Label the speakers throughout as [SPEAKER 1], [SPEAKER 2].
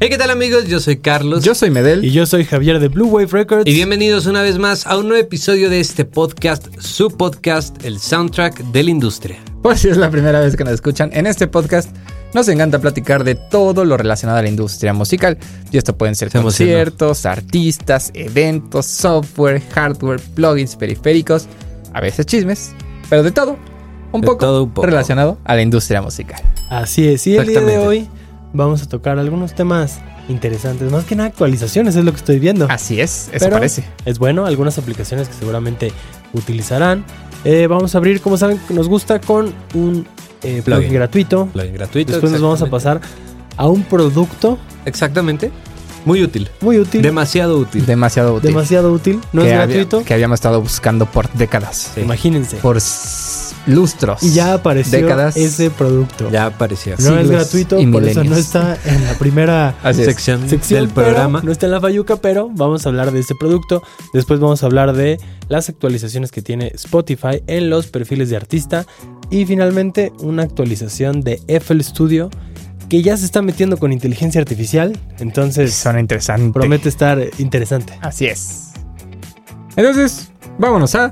[SPEAKER 1] Hey, ¿qué tal amigos? Yo soy Carlos.
[SPEAKER 2] Yo soy Medel.
[SPEAKER 3] Y yo soy Javier de Blue Wave Records.
[SPEAKER 1] Y bienvenidos una vez más a un nuevo episodio de este podcast, su podcast, el soundtrack de la industria.
[SPEAKER 2] Por si es la primera vez que nos escuchan, en este podcast nos encanta platicar de todo lo relacionado a la industria musical. Y esto pueden ser
[SPEAKER 1] Se emocionó.
[SPEAKER 2] conciertos, artistas, eventos, software, hardware, plugins, periféricos, a veces chismes, pero de todo, un,
[SPEAKER 1] De
[SPEAKER 2] poco,
[SPEAKER 1] todo un poco.
[SPEAKER 2] relacionado a la industria musical.
[SPEAKER 3] Así es, y el día de
[SPEAKER 1] Exactamente.
[SPEAKER 3] hoy vamos a tocar algunos temas interesantes, más que nada actualizaciones, es lo que estoy viendo.
[SPEAKER 2] Así es, Ah, eso
[SPEAKER 3] Pero
[SPEAKER 2] parece.
[SPEAKER 3] Es bueno, algunas aplicaciones que seguramente utilizarán. Eh, vamos a abrir, como saben, nos gusta con un eh, plugin.
[SPEAKER 1] Plugin.
[SPEAKER 3] gratuito.
[SPEAKER 1] Lo gratuito.
[SPEAKER 3] Después nos vamos a pasar a un producto
[SPEAKER 1] Exactamente. Muy útil.
[SPEAKER 3] muy útil,
[SPEAKER 1] Demasiado útil.
[SPEAKER 2] Demasiado útil.
[SPEAKER 3] demasiado útil, no
[SPEAKER 2] que
[SPEAKER 3] es
[SPEAKER 2] había-
[SPEAKER 3] gratuito.
[SPEAKER 2] que habíamos estado buscando por décadas.
[SPEAKER 1] Sí.
[SPEAKER 3] Imagínense.
[SPEAKER 2] Por s- lustros.
[SPEAKER 3] Y ya apareció
[SPEAKER 2] décadas.
[SPEAKER 3] ese producto.
[SPEAKER 1] ya apareció.
[SPEAKER 3] no es
[SPEAKER 2] siglos
[SPEAKER 3] gratuito,
[SPEAKER 2] y
[SPEAKER 3] por eso no
[SPEAKER 2] milenios.
[SPEAKER 3] está en la primera
[SPEAKER 2] Así es.
[SPEAKER 1] Sección,
[SPEAKER 3] sección
[SPEAKER 1] del programa.
[SPEAKER 3] No está en la Fayuca, pero vamos a hablar de este producto. Después vamos a hablar de las actualizaciones que tiene Spotify en los perfiles de artista. Y finalmente, una actualización de FL Studio que ya se está metiendo con inteligencia artificial. Entonces,
[SPEAKER 2] Son interesantes.
[SPEAKER 3] pues, promete estar
[SPEAKER 1] Ah,
[SPEAKER 3] interesante.
[SPEAKER 2] Así es. Entonces, vámonos ¿ah? a.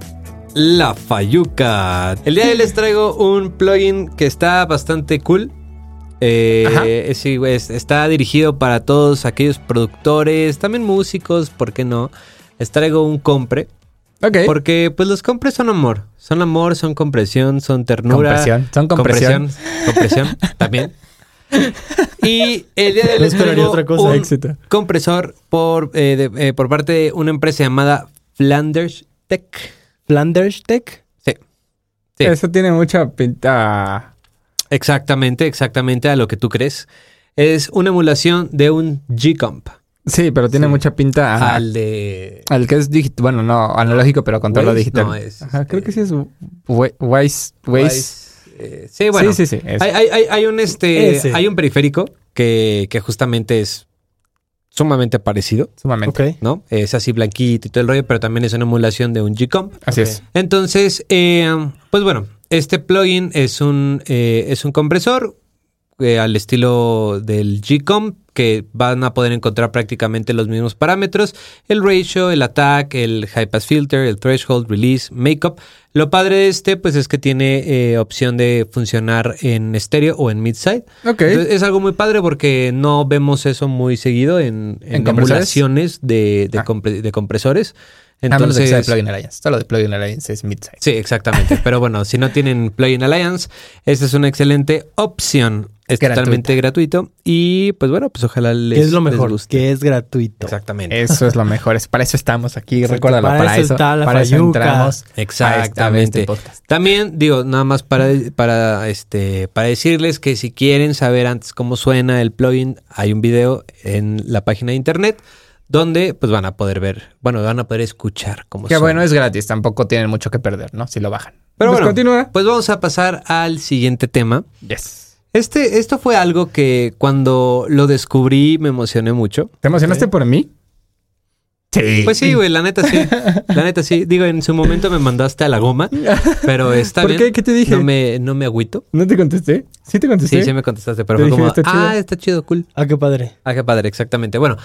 [SPEAKER 1] La Fayuca. El día de hoy les traigo un plugin que está bastante cool. Eh,
[SPEAKER 2] Ajá.
[SPEAKER 1] sí, güey, es- está dirigido para todos aquellos productores, también músicos, ¿por qué no? Les traigo un compre.
[SPEAKER 2] Ok.
[SPEAKER 1] Porque pues los compres son amor. Son amor, son compresión, son ternura.
[SPEAKER 2] Compresión, son compresión.
[SPEAKER 1] Compresión, compresión, también. Y el día de hoy
[SPEAKER 3] No
[SPEAKER 1] les
[SPEAKER 3] esperaría
[SPEAKER 1] traigo
[SPEAKER 3] otra cosa,
[SPEAKER 1] un
[SPEAKER 3] éxito.
[SPEAKER 1] compresor por, eh, de- eh, por parte de una empresa llamada Flanders Tech.
[SPEAKER 3] Flanders Tech.
[SPEAKER 1] Sí. Sí.
[SPEAKER 2] Eso tiene mucha pinta.
[SPEAKER 1] Exactamente, exactamente a lo que tú crees. Es una emulación de un G-Comp.
[SPEAKER 2] Sí, pero tiene mucha pinta a- al,
[SPEAKER 1] Al de...
[SPEAKER 2] que es digital. Bueno, no analógico, pero controlado
[SPEAKER 1] Waze,
[SPEAKER 2] digital.
[SPEAKER 1] no, es,
[SPEAKER 2] Ajá, creo
[SPEAKER 1] este,
[SPEAKER 2] que sí es Waze. Waze.
[SPEAKER 1] Wise, eh, sí, bueno.
[SPEAKER 2] Sí, sí, sí. es-
[SPEAKER 1] Hay, hay- hay- hay un este,
[SPEAKER 3] Ese.
[SPEAKER 1] hay un periférico que, que justamente es sumamente parecido,
[SPEAKER 2] Sumamente.
[SPEAKER 3] Ok.
[SPEAKER 1] ¿no? Es así blanquito y todo el rollo, pero también es una emulación de un G-Comp.
[SPEAKER 2] Así
[SPEAKER 3] Ok.
[SPEAKER 2] es.
[SPEAKER 1] Entonces, eh, pues bueno, este plugin es un, eh, es un compresor eh, al estilo del G-Comp que van a poder encontrar prácticamente los mismos parámetros, el ratio, el attack, el high pass filter, el threshold, release, makeup. Lo padre de este pues es que tiene eh, opción de funcionar en estéreo o en mid-side.
[SPEAKER 2] Ok.
[SPEAKER 1] Entonces, es algo muy padre porque no vemos eso muy seguido en, en,
[SPEAKER 2] ¿En
[SPEAKER 1] emulaciones de, de
[SPEAKER 2] Ah.
[SPEAKER 1] compre- de compresores.
[SPEAKER 2] A menos de que sea de
[SPEAKER 1] Entonces,
[SPEAKER 2] Plugin Alliance. Todo lo de Plugin Alliance es Midside.
[SPEAKER 1] Sí, exactamente. Pero bueno, si no tienen Plugin Alliance, esta es una excelente opción. Es
[SPEAKER 2] Gratuita.
[SPEAKER 1] totalmente gratuito. Y pues bueno, pues ojalá les,
[SPEAKER 3] Que es lo
[SPEAKER 1] les
[SPEAKER 3] mejor,
[SPEAKER 1] guste.
[SPEAKER 3] que es gratuito.
[SPEAKER 1] Exactamente.
[SPEAKER 2] Eso es lo mejor. es- para eso estamos aquí.
[SPEAKER 3] Exacto,
[SPEAKER 2] Recuérdalo.
[SPEAKER 3] para
[SPEAKER 2] Para,
[SPEAKER 3] eso
[SPEAKER 2] eso,
[SPEAKER 3] está la
[SPEAKER 2] para eso
[SPEAKER 3] Fayuca.
[SPEAKER 2] entramos. a este- A este
[SPEAKER 1] Exactamente.
[SPEAKER 2] podcast.
[SPEAKER 1] También digo, nada más para, para, este, para decirles que si quieren saber antes cómo suena el plugin, hay un video en la página de internet donde pues van a poder ver, bueno, van a poder escuchar cómo
[SPEAKER 2] Que
[SPEAKER 1] suena.
[SPEAKER 2] bueno, es gratis. Tampoco tienen mucho que perder, ¿no? Si lo bajan.
[SPEAKER 1] Pero
[SPEAKER 2] Pues
[SPEAKER 1] bueno,
[SPEAKER 2] continúa.
[SPEAKER 1] pues vamos a pasar al siguiente tema.
[SPEAKER 2] Yes.
[SPEAKER 1] Este, esto fue algo que cuando lo descubrí me emocioné mucho.
[SPEAKER 2] ¿Te emocionaste por mí? Sí.
[SPEAKER 1] Pues sí, güey, la neta sí. La neta sí. Digo, en su momento me mandaste a la goma, pero está
[SPEAKER 2] ¿Por
[SPEAKER 1] bien.
[SPEAKER 2] qué? ¿Qué te dije?
[SPEAKER 1] No me, no me agüito.
[SPEAKER 2] ¿No te contesté? Sí te
[SPEAKER 1] Sí,
[SPEAKER 2] contesté.
[SPEAKER 1] sí, me contestaste, pero
[SPEAKER 2] Te
[SPEAKER 1] fue
[SPEAKER 2] dije,
[SPEAKER 1] como,
[SPEAKER 2] "Está chido".
[SPEAKER 1] ah, está chido, cool.
[SPEAKER 3] Ah, qué padre.
[SPEAKER 1] Ah, qué padre, exactamente. Bueno,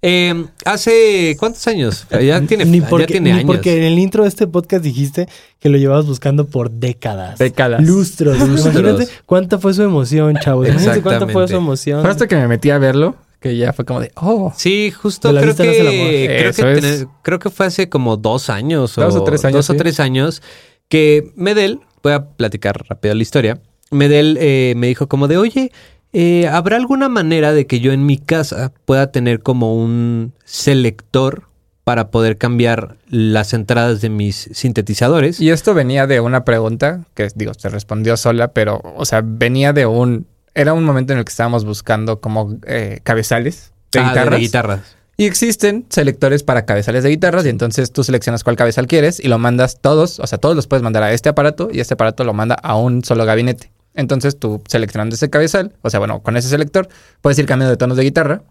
[SPEAKER 1] eh, hace, ¿cuántos años? Ya tiene,
[SPEAKER 3] ni
[SPEAKER 1] ya
[SPEAKER 3] porque,
[SPEAKER 1] tiene
[SPEAKER 3] ni
[SPEAKER 1] años.
[SPEAKER 3] porque en el intro de este podcast dijiste que lo llevabas buscando por décadas.
[SPEAKER 2] Décadas.
[SPEAKER 3] Lustros.
[SPEAKER 1] Lustros.
[SPEAKER 3] Imagínate cuánta fue su emoción, chavos. Imagínate cuánta
[SPEAKER 1] Exactamente.
[SPEAKER 3] fue su emoción.
[SPEAKER 2] Fue hasta que me metí a verlo que ya fue como de, oh,
[SPEAKER 1] Sí, justo
[SPEAKER 3] De la
[SPEAKER 1] creo
[SPEAKER 3] vista nace el amor.
[SPEAKER 1] que, creo,
[SPEAKER 2] Eso
[SPEAKER 1] que
[SPEAKER 2] es.
[SPEAKER 1] tenés- creo que fue hace como dos años o
[SPEAKER 2] Dos o tres años,
[SPEAKER 1] dos o
[SPEAKER 2] sí.
[SPEAKER 1] tres años que Medel, voy a platicar rápido la historia, Medel eh, me dijo como de, oye, eh, ¿habrá alguna manera de que yo en mi casa pueda tener como un selector para poder cambiar las entradas de mis sintetizadores? Ah,
[SPEAKER 2] Y esto venía de una pregunta que, digo, se respondió sola, pero, o sea, venía de un. Era un momento en el que estábamos buscando como eh, cabezales de,
[SPEAKER 1] Ah,
[SPEAKER 2] guitarras.
[SPEAKER 1] guitarras.
[SPEAKER 2] Y existen selectores para cabezales de guitarras, y entonces tú seleccionas cuál cabezal quieres y lo mandas todos, o sea, todos los puedes mandar a este aparato y este aparato lo manda a un solo gabinete. Entonces tú seleccionando ese cabezal, o sea, bueno, con ese selector, puedes ir cambiando de tonos de guitarra,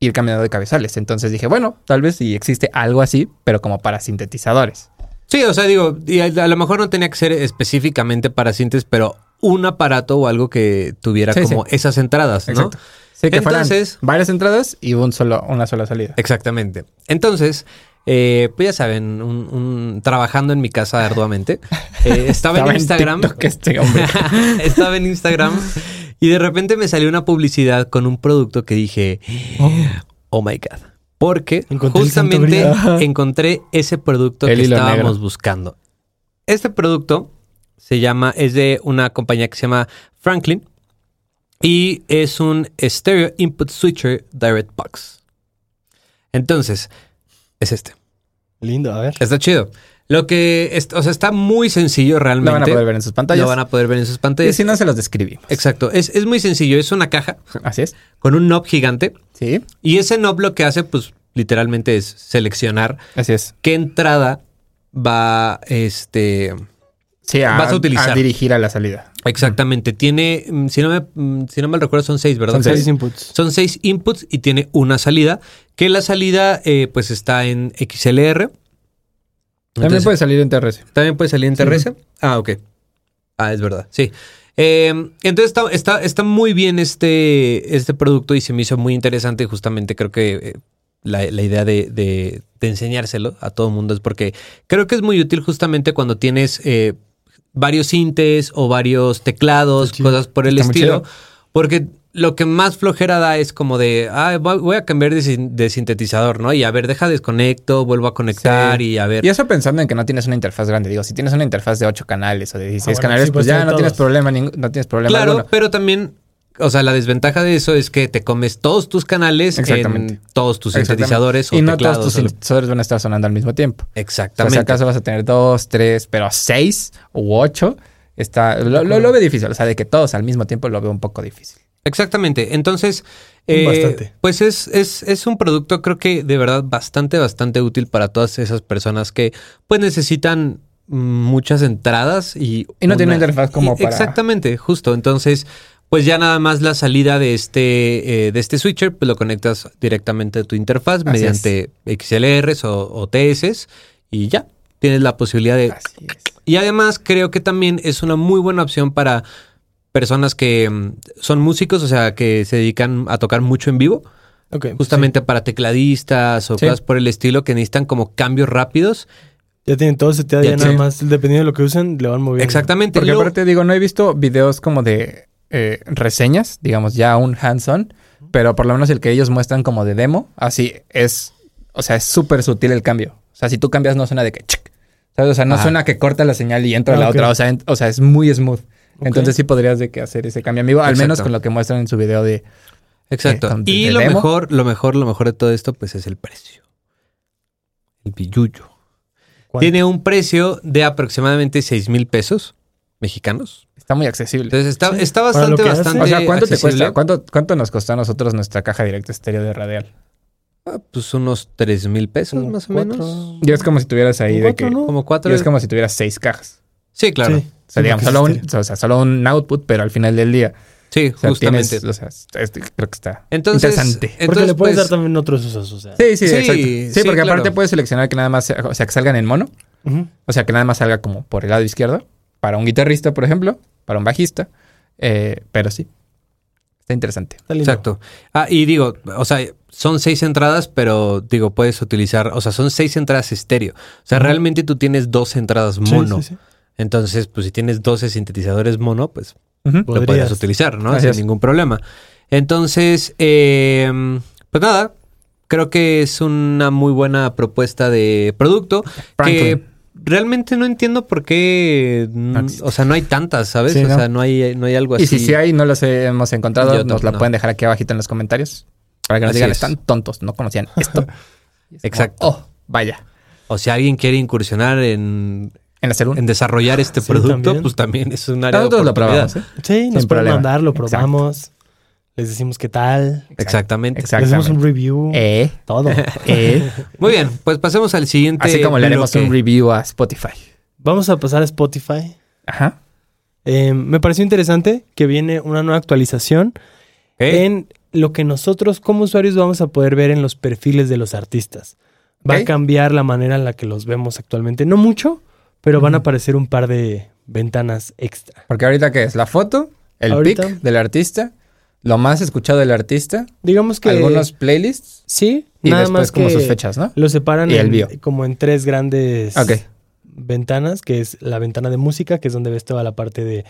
[SPEAKER 2] ir cambiando de cabezales. Entonces dije, bueno, tal vez sí existe algo así, pero como para sintetizadores.
[SPEAKER 1] Sí, o sea, digo, y a, a lo mejor no tenía que ser específicamente para sintes, pero un aparato o algo que tuviera
[SPEAKER 2] Sí,
[SPEAKER 1] como esas entradas, ¿no?
[SPEAKER 2] Exacto. Sí, que fueran
[SPEAKER 1] Entonces-
[SPEAKER 2] varias entradas y un solo, una sola salida.
[SPEAKER 1] Exactamente. Entonces, eh, pues ya saben, un- un- trabajando en mi casa arduamente, eh, estaba, en Instagram.
[SPEAKER 2] TikTok este hombre.
[SPEAKER 1] estaba en Instagram y de repente me salió una publicidad con un producto que dije, oh my God. Porque
[SPEAKER 3] Encontré el santo
[SPEAKER 1] justamente
[SPEAKER 3] grial.
[SPEAKER 1] encontré ese producto
[SPEAKER 2] El
[SPEAKER 1] que
[SPEAKER 2] hilo
[SPEAKER 1] estábamos
[SPEAKER 2] negro.
[SPEAKER 1] buscando. Este producto se llama, es de una compañía que se llama Franklin y es un Stereo Input Switcher Direct Box. Entonces, es este.
[SPEAKER 3] Lindo, a ver.
[SPEAKER 1] Está chido. Lo que, es- o sea, está muy sencillo realmente.
[SPEAKER 2] Lo van a poder ver en sus pantallas.
[SPEAKER 1] Lo van a poder ver en sus
[SPEAKER 2] Y
[SPEAKER 1] pantallas.
[SPEAKER 2] si no, se los describí.
[SPEAKER 1] Exacto. Es, es muy sencillo. Es una caja
[SPEAKER 2] Así es.
[SPEAKER 1] con un knob gigante.
[SPEAKER 2] Sí,
[SPEAKER 1] Y ese knob lo que hace, pues, literalmente es seleccionar
[SPEAKER 2] así es.
[SPEAKER 1] qué entrada va, este...
[SPEAKER 2] Sí, a,
[SPEAKER 1] Vas a utilizar.
[SPEAKER 2] a dirigir a la salida.
[SPEAKER 1] Exactamente. Tiene, mm, si no me, mm, si no mal recuerdo, son seis, ¿verdad?
[SPEAKER 2] Son
[SPEAKER 3] Seis
[SPEAKER 2] seis.
[SPEAKER 3] inputs.
[SPEAKER 1] Son seis inputs y tiene una salida. Que la salida, eh, pues, está en XLR.
[SPEAKER 2] También
[SPEAKER 1] Entonces,
[SPEAKER 2] puede salir en TRS.
[SPEAKER 1] ¿También puede salir en TRS? Ah, ok. Ah, es verdad, sí. Eh, entonces está, está, está muy bien este, este producto y se me hizo muy interesante. Justamente creo que eh, la, la idea de, de- de enseñárselo a todo el mundo es porque creo que es muy útil justamente cuando tienes eh, varios sintes o varios teclados,
[SPEAKER 3] Está chido.
[SPEAKER 1] cosas por el
[SPEAKER 2] Está muy
[SPEAKER 1] estilo.
[SPEAKER 2] chido.
[SPEAKER 1] Porque lo que más flojera da es como de, ah, voy voy a cambiar de, sin- de sintetizador, ¿no? Y a ver, deja desconecto, vuelvo a conectar
[SPEAKER 2] Sí.
[SPEAKER 1] y a ver.
[SPEAKER 2] Y eso pensando en que no tienes una interfaz grande. Digo, si tienes una interfaz de 8 canales o de 16
[SPEAKER 3] bueno,
[SPEAKER 2] canales,
[SPEAKER 3] sí,
[SPEAKER 2] pues
[SPEAKER 3] pues
[SPEAKER 2] ya
[SPEAKER 3] tiene
[SPEAKER 2] no tienes
[SPEAKER 3] todos.
[SPEAKER 2] problema, ningún- no tienes problema
[SPEAKER 1] Claro,
[SPEAKER 2] alguno.
[SPEAKER 1] pero también, o sea, la desventaja de eso es que te comes todos tus canales
[SPEAKER 2] Exactamente.
[SPEAKER 1] en todos tus
[SPEAKER 2] Exactamente.
[SPEAKER 1] sintetizadores o
[SPEAKER 2] Y no
[SPEAKER 1] teclados.
[SPEAKER 2] todos tus
[SPEAKER 1] o lo-
[SPEAKER 2] sintetizadores van a estar sonando al mismo tiempo. O sea, si
[SPEAKER 1] Exactamente.
[SPEAKER 2] acaso vas a tener dos, tres, pero seis u ocho, está, lo, lo, lo veo difícil. O sea, de que todos al mismo tiempo lo veo un poco difícil.
[SPEAKER 1] Exactamente. Entonces, eh,
[SPEAKER 3] Bastante.
[SPEAKER 1] pues es, es, es un producto, creo que de verdad, bastante, bastante útil para todas esas personas que pues necesitan mm, muchas entradas y...
[SPEAKER 2] Y no tiene una interfaz como
[SPEAKER 1] y-
[SPEAKER 2] para-
[SPEAKER 1] Exactamente, justo. Entonces, pues ya nada más la salida de este, eh, de este switcher, pues lo conectas directamente a tu interfaz
[SPEAKER 2] Así
[SPEAKER 1] mediante XLRs o, o TS y ya. Tienes la posibilidad de
[SPEAKER 2] Así es.
[SPEAKER 1] y además creo que también es una muy buena opción para personas que mm, son músicos, o sea, que se dedican a tocar mucho en vivo,
[SPEAKER 3] Ok.
[SPEAKER 1] justamente para tecladistas o
[SPEAKER 2] Sí.
[SPEAKER 1] cosas por el estilo que necesitan como cambios rápidos.
[SPEAKER 3] Ya tienen todo seteado,
[SPEAKER 1] Ya
[SPEAKER 3] ya, nada
[SPEAKER 2] tienen.
[SPEAKER 3] más, dependiendo de lo que usen, le van moviendo.
[SPEAKER 1] Exactamente.
[SPEAKER 2] Porque
[SPEAKER 1] Lo-
[SPEAKER 2] aparte digo, no he visto videos como de eh, reseñas, digamos, ya un hands-on, pero por lo menos el que ellos muestran como de demo, así es, o sea, es súper sutil el cambio. O sea, si tú cambias no suena de que... chic, ¿sabes? O sea, no
[SPEAKER 1] Ajá.
[SPEAKER 2] suena que corta la señal y entra
[SPEAKER 3] Ah,
[SPEAKER 2] la
[SPEAKER 3] ok.
[SPEAKER 2] otra, o sea, en- o sea, es muy smooth.
[SPEAKER 3] Ok.
[SPEAKER 2] Entonces sí podrías de que hacer ese cambio, amigo, al menos
[SPEAKER 1] Exacto.
[SPEAKER 2] con lo que muestran en su video de...
[SPEAKER 1] Exacto.
[SPEAKER 2] eh, con-
[SPEAKER 1] y
[SPEAKER 2] de
[SPEAKER 1] lo
[SPEAKER 2] demo.
[SPEAKER 1] mejor, lo mejor, lo mejor de todo esto, pues es el precio. El pilluyo.
[SPEAKER 3] ¿Cuánto?
[SPEAKER 1] Tiene un precio de aproximadamente 6 mil pesos mexicanos.
[SPEAKER 2] Está muy accesible.
[SPEAKER 1] Entonces está,
[SPEAKER 3] Sí.
[SPEAKER 1] está
[SPEAKER 3] Para lo
[SPEAKER 1] bastante,
[SPEAKER 3] que hace.
[SPEAKER 1] bastante.
[SPEAKER 2] o sea, ¿cuánto te
[SPEAKER 1] accesible.
[SPEAKER 2] cuesta? ¿Cuánto, ¿Cuánto nos costó a nosotros nuestra caja directa estéreo de radial?
[SPEAKER 1] Ah, Pues unos 3 mil pesos más o
[SPEAKER 3] Cuatro-
[SPEAKER 1] menos.
[SPEAKER 2] Y es como si tuvieras ahí de
[SPEAKER 3] Cuatro,
[SPEAKER 2] que...
[SPEAKER 3] ¿no?
[SPEAKER 1] Como
[SPEAKER 2] y
[SPEAKER 1] cuatro.
[SPEAKER 2] es como si tuvieras seis cajas.
[SPEAKER 1] Sí, claro.
[SPEAKER 3] Sí.
[SPEAKER 2] O sea,
[SPEAKER 3] Sí,
[SPEAKER 2] digamos,
[SPEAKER 3] porque
[SPEAKER 2] solo
[SPEAKER 3] es
[SPEAKER 2] un,
[SPEAKER 3] estéreo.
[SPEAKER 2] o sea, solo un output, pero al final del día.
[SPEAKER 1] Sí,
[SPEAKER 2] O sea,
[SPEAKER 1] justamente.
[SPEAKER 2] tienes- o sea, es- creo que está
[SPEAKER 1] Entonces,
[SPEAKER 2] interesante.
[SPEAKER 1] eh,
[SPEAKER 3] Porque
[SPEAKER 1] Entonces,
[SPEAKER 3] le puedes
[SPEAKER 1] pues-
[SPEAKER 3] dar también otros usos, o sea.
[SPEAKER 2] Sí, sí,
[SPEAKER 1] sí,
[SPEAKER 2] exacto. Sí,
[SPEAKER 1] sí,
[SPEAKER 2] porque
[SPEAKER 1] claro.
[SPEAKER 2] aparte puedes seleccionar que nada más, sea- o sea, que salgan en mono.
[SPEAKER 3] Ujú.
[SPEAKER 2] O sea, que nada más salga como por el lado izquierdo. Para un guitarrista, por ejemplo. Para un bajista. eh, pero sí. Está interesante.
[SPEAKER 3] Está lindo.
[SPEAKER 1] Exacto. Ah, y digo, o sea, son seis entradas, pero digo, puedes utilizar, o sea, son seis entradas estéreo. O sea, realmente tú tienes dos entradas
[SPEAKER 3] Sí,
[SPEAKER 1] mono.
[SPEAKER 3] sí, sí.
[SPEAKER 1] Entonces, pues si tienes 12 sintetizadores mono, pues
[SPEAKER 2] Ujú.
[SPEAKER 1] lo
[SPEAKER 3] Podrías.
[SPEAKER 1] podrías utilizar, ¿no?
[SPEAKER 2] Así
[SPEAKER 1] Sin
[SPEAKER 2] es.
[SPEAKER 1] ningún problema. Entonces, eh, pues nada, creo que es una muy buena propuesta de producto
[SPEAKER 2] Franklin.
[SPEAKER 1] que realmente no entiendo por qué, mm,
[SPEAKER 2] existe.
[SPEAKER 1] o sea, no hay tantas, ¿sabes?
[SPEAKER 2] Sí,
[SPEAKER 1] o
[SPEAKER 2] ¿no?
[SPEAKER 1] sea, no hay, no hay algo así.
[SPEAKER 2] Y si sí hay, no los hemos encontrado,
[SPEAKER 1] pues Yo
[SPEAKER 2] nos la
[SPEAKER 1] no.
[SPEAKER 2] pueden dejar aquí abajito en los comentarios. Para que nos
[SPEAKER 1] Así
[SPEAKER 2] digan,
[SPEAKER 1] es.
[SPEAKER 2] están tontos, no conocían esto. Y es como,
[SPEAKER 1] Exacto.
[SPEAKER 2] oh, vaya.
[SPEAKER 1] O si alguien quiere incursionar en,
[SPEAKER 2] En hacer un...
[SPEAKER 1] en desarrollar este
[SPEAKER 3] Sí,
[SPEAKER 1] producto,
[SPEAKER 3] también.
[SPEAKER 1] pues también es un área
[SPEAKER 2] Nosotros
[SPEAKER 1] de
[SPEAKER 2] lo
[SPEAKER 1] oportunidad.
[SPEAKER 2] probamos, ¿eh?
[SPEAKER 3] Sí, nos
[SPEAKER 2] Sin
[SPEAKER 3] pueden
[SPEAKER 2] problema.
[SPEAKER 3] mandar, lo
[SPEAKER 2] Exacto.
[SPEAKER 3] probamos. Les decimos qué tal.
[SPEAKER 1] Exactamente.
[SPEAKER 3] Les hacemos un
[SPEAKER 2] Exactamente.
[SPEAKER 3] review.
[SPEAKER 2] Eh,
[SPEAKER 3] Todo.
[SPEAKER 2] eh.
[SPEAKER 1] Muy bien, pues pasemos al siguiente.
[SPEAKER 2] Así como le haremos
[SPEAKER 1] bloque.
[SPEAKER 2] un review a Spotify.
[SPEAKER 3] Vamos a pasar a Spotify.
[SPEAKER 2] Ajá.
[SPEAKER 3] Eh, me pareció interesante que viene una nueva actualización
[SPEAKER 1] ¿Eh?
[SPEAKER 3] en lo que nosotros como usuarios vamos a poder ver en los perfiles de los artistas. Va
[SPEAKER 2] Ok.
[SPEAKER 3] a cambiar la manera en la que los vemos actualmente. No mucho, pero van a aparecer un par de ventanas extra.
[SPEAKER 2] Porque ahorita, ¿qué es? La foto, el
[SPEAKER 3] Ahorita.
[SPEAKER 2] pic del artista, lo más escuchado del artista,
[SPEAKER 3] Digamos que
[SPEAKER 2] algunos playlists
[SPEAKER 3] sí,
[SPEAKER 2] y
[SPEAKER 3] nada
[SPEAKER 2] después
[SPEAKER 3] más
[SPEAKER 2] como
[SPEAKER 3] que
[SPEAKER 2] sus fechas, ¿no?
[SPEAKER 3] Lo separan
[SPEAKER 2] Y el
[SPEAKER 3] en-
[SPEAKER 2] bio.
[SPEAKER 3] como en tres grandes
[SPEAKER 2] Ok.
[SPEAKER 3] ventanas, que es la ventana de música, que es donde ves toda la parte de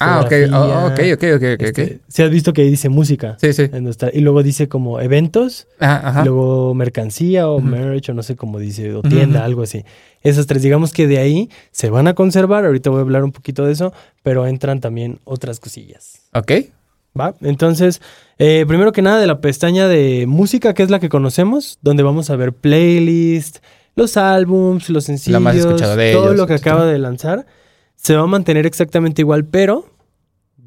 [SPEAKER 2] Ah, ok,
[SPEAKER 3] discografía.
[SPEAKER 2] oh, ok, ok, ok, ok, ok.
[SPEAKER 3] este, Si has visto que ahí dice música.
[SPEAKER 2] Sí, sí.
[SPEAKER 3] En donde está- y luego dice como eventos,
[SPEAKER 2] Ajá, ajá.
[SPEAKER 3] luego mercancía o
[SPEAKER 2] Ujú.
[SPEAKER 3] merch o no sé cómo dice, o
[SPEAKER 2] Ujú,
[SPEAKER 3] tienda,
[SPEAKER 2] ujú.
[SPEAKER 3] algo así. Esas tres, digamos que de ahí se van a conservar, ahorita voy a hablar un poquito de eso, pero entran también otras cosillas.
[SPEAKER 2] Ok.
[SPEAKER 3] ¿Va? Entonces, eh, primero que nada de la pestaña de música, que es la que conocemos, donde vamos a ver playlist, los álbums, los sencillos,
[SPEAKER 2] más escuchado de
[SPEAKER 3] todo
[SPEAKER 2] ellos,
[SPEAKER 3] lo que
[SPEAKER 2] etcétera.
[SPEAKER 3] acaba de lanzar, se va a mantener exactamente igual, pero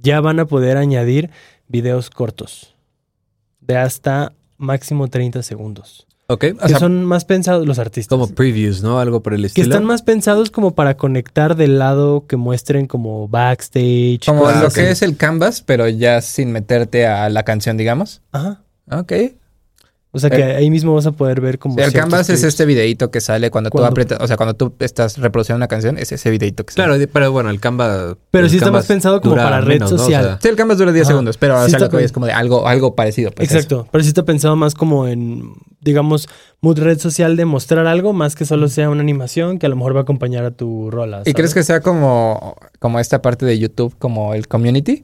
[SPEAKER 3] ya van a poder añadir videos cortos de hasta máximo 30 segundos.
[SPEAKER 1] Ok.
[SPEAKER 2] O
[SPEAKER 3] que
[SPEAKER 2] sea,
[SPEAKER 3] son más pensados los artistas.
[SPEAKER 1] Como previews, ¿no? Algo por el
[SPEAKER 3] que
[SPEAKER 1] estilo.
[SPEAKER 3] están más pensados como para conectar del lado que muestren como backstage.
[SPEAKER 2] Como
[SPEAKER 3] cosas
[SPEAKER 2] lo
[SPEAKER 3] así.
[SPEAKER 2] que es el canvas, pero ya sin meterte a la canción, digamos.
[SPEAKER 3] Ajá.
[SPEAKER 2] Ok.
[SPEAKER 3] O sea que ahí mismo vas a poder ver como...
[SPEAKER 2] Eh, el
[SPEAKER 3] ciertos
[SPEAKER 2] canvas es
[SPEAKER 3] clips.
[SPEAKER 2] este videito que sale cuando,
[SPEAKER 3] Cuando-
[SPEAKER 2] tú aprietas, o sea, cuando tú estás reproduciendo una canción, es ese videito que sale.
[SPEAKER 1] Claro, de- pero bueno, el Canva.
[SPEAKER 3] Pero
[SPEAKER 1] el
[SPEAKER 3] sí está
[SPEAKER 1] Canva
[SPEAKER 3] más pensado como
[SPEAKER 1] dura
[SPEAKER 3] para red
[SPEAKER 1] ¿no?
[SPEAKER 3] social.
[SPEAKER 2] Sí, el canvas dura 10
[SPEAKER 3] Ajá.
[SPEAKER 2] segundos, pero o
[SPEAKER 3] Sí
[SPEAKER 2] sea,
[SPEAKER 3] está
[SPEAKER 2] lo que voy
[SPEAKER 3] con-
[SPEAKER 2] es como de algo, algo parecido. pues,
[SPEAKER 3] Exacto, pero sí está pensado más como en, digamos, mood red social de mostrar algo, más que solo sea una animación que a lo mejor va a acompañar a tu rola.
[SPEAKER 2] eso. ¿Y crees que sea como, como esta parte de YouTube, como el community?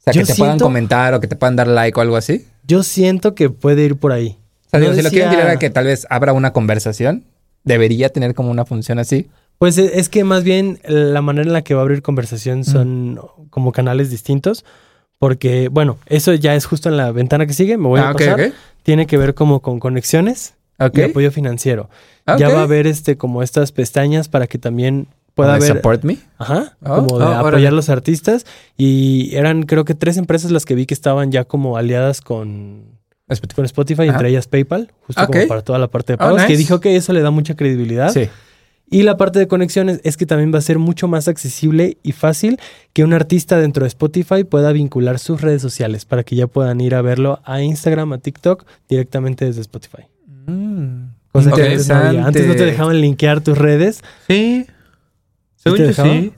[SPEAKER 2] O sea,
[SPEAKER 3] Yo
[SPEAKER 2] que te puedan
[SPEAKER 3] siento-
[SPEAKER 2] comentar o que te puedan dar like o algo así.
[SPEAKER 3] Yo siento que puede ir por ahí.
[SPEAKER 2] O sea,
[SPEAKER 3] No
[SPEAKER 2] digo, si lo
[SPEAKER 3] decía-
[SPEAKER 2] quieren tirar a que tal vez abra una conversación, debería tener como una función así.
[SPEAKER 3] Pues e- es que más bien la manera en la que va a abrir conversación son como canales distintos, porque, bueno, eso ya es justo en la ventana que sigue, me voy a
[SPEAKER 2] Ah, ok,
[SPEAKER 3] pasar.
[SPEAKER 2] ok.
[SPEAKER 3] Tiene que ver como con conexiones
[SPEAKER 2] Ok.
[SPEAKER 3] y apoyo financiero.
[SPEAKER 2] Ah,
[SPEAKER 3] Ya
[SPEAKER 2] ok.
[SPEAKER 3] va a haber este como estas pestañas para que también pueda
[SPEAKER 2] Como de
[SPEAKER 3] haber
[SPEAKER 2] Support me.
[SPEAKER 3] Ajá,
[SPEAKER 2] Ah,
[SPEAKER 3] como de
[SPEAKER 1] ah,
[SPEAKER 3] apoyar
[SPEAKER 1] órale.
[SPEAKER 3] los artistas. Y eran, creo que tres empresas las que vi que estaban ya como aliadas con,
[SPEAKER 2] Spotify.
[SPEAKER 3] con Spotify,
[SPEAKER 2] Ajá.
[SPEAKER 3] entre ellas PayPal, justo
[SPEAKER 2] Ok.
[SPEAKER 3] como para toda la parte de
[SPEAKER 2] Oh,
[SPEAKER 3] pagos, que
[SPEAKER 2] nice.
[SPEAKER 3] dijo que eso le da mucha credibilidad.
[SPEAKER 2] Sí.
[SPEAKER 3] Y la parte de conexiones es que también va a ser mucho más accesible y fácil que un artista dentro de Spotify pueda vincular sus redes sociales para que ya puedan ir a verlo a Instagram, a TikTok directamente desde Spotify.
[SPEAKER 2] Mm.
[SPEAKER 3] Cosa que antes no había. Antes no te dejaban linkear tus redes.
[SPEAKER 1] Sí. Según
[SPEAKER 3] te
[SPEAKER 1] yo,
[SPEAKER 3] dejaba?
[SPEAKER 1] sí.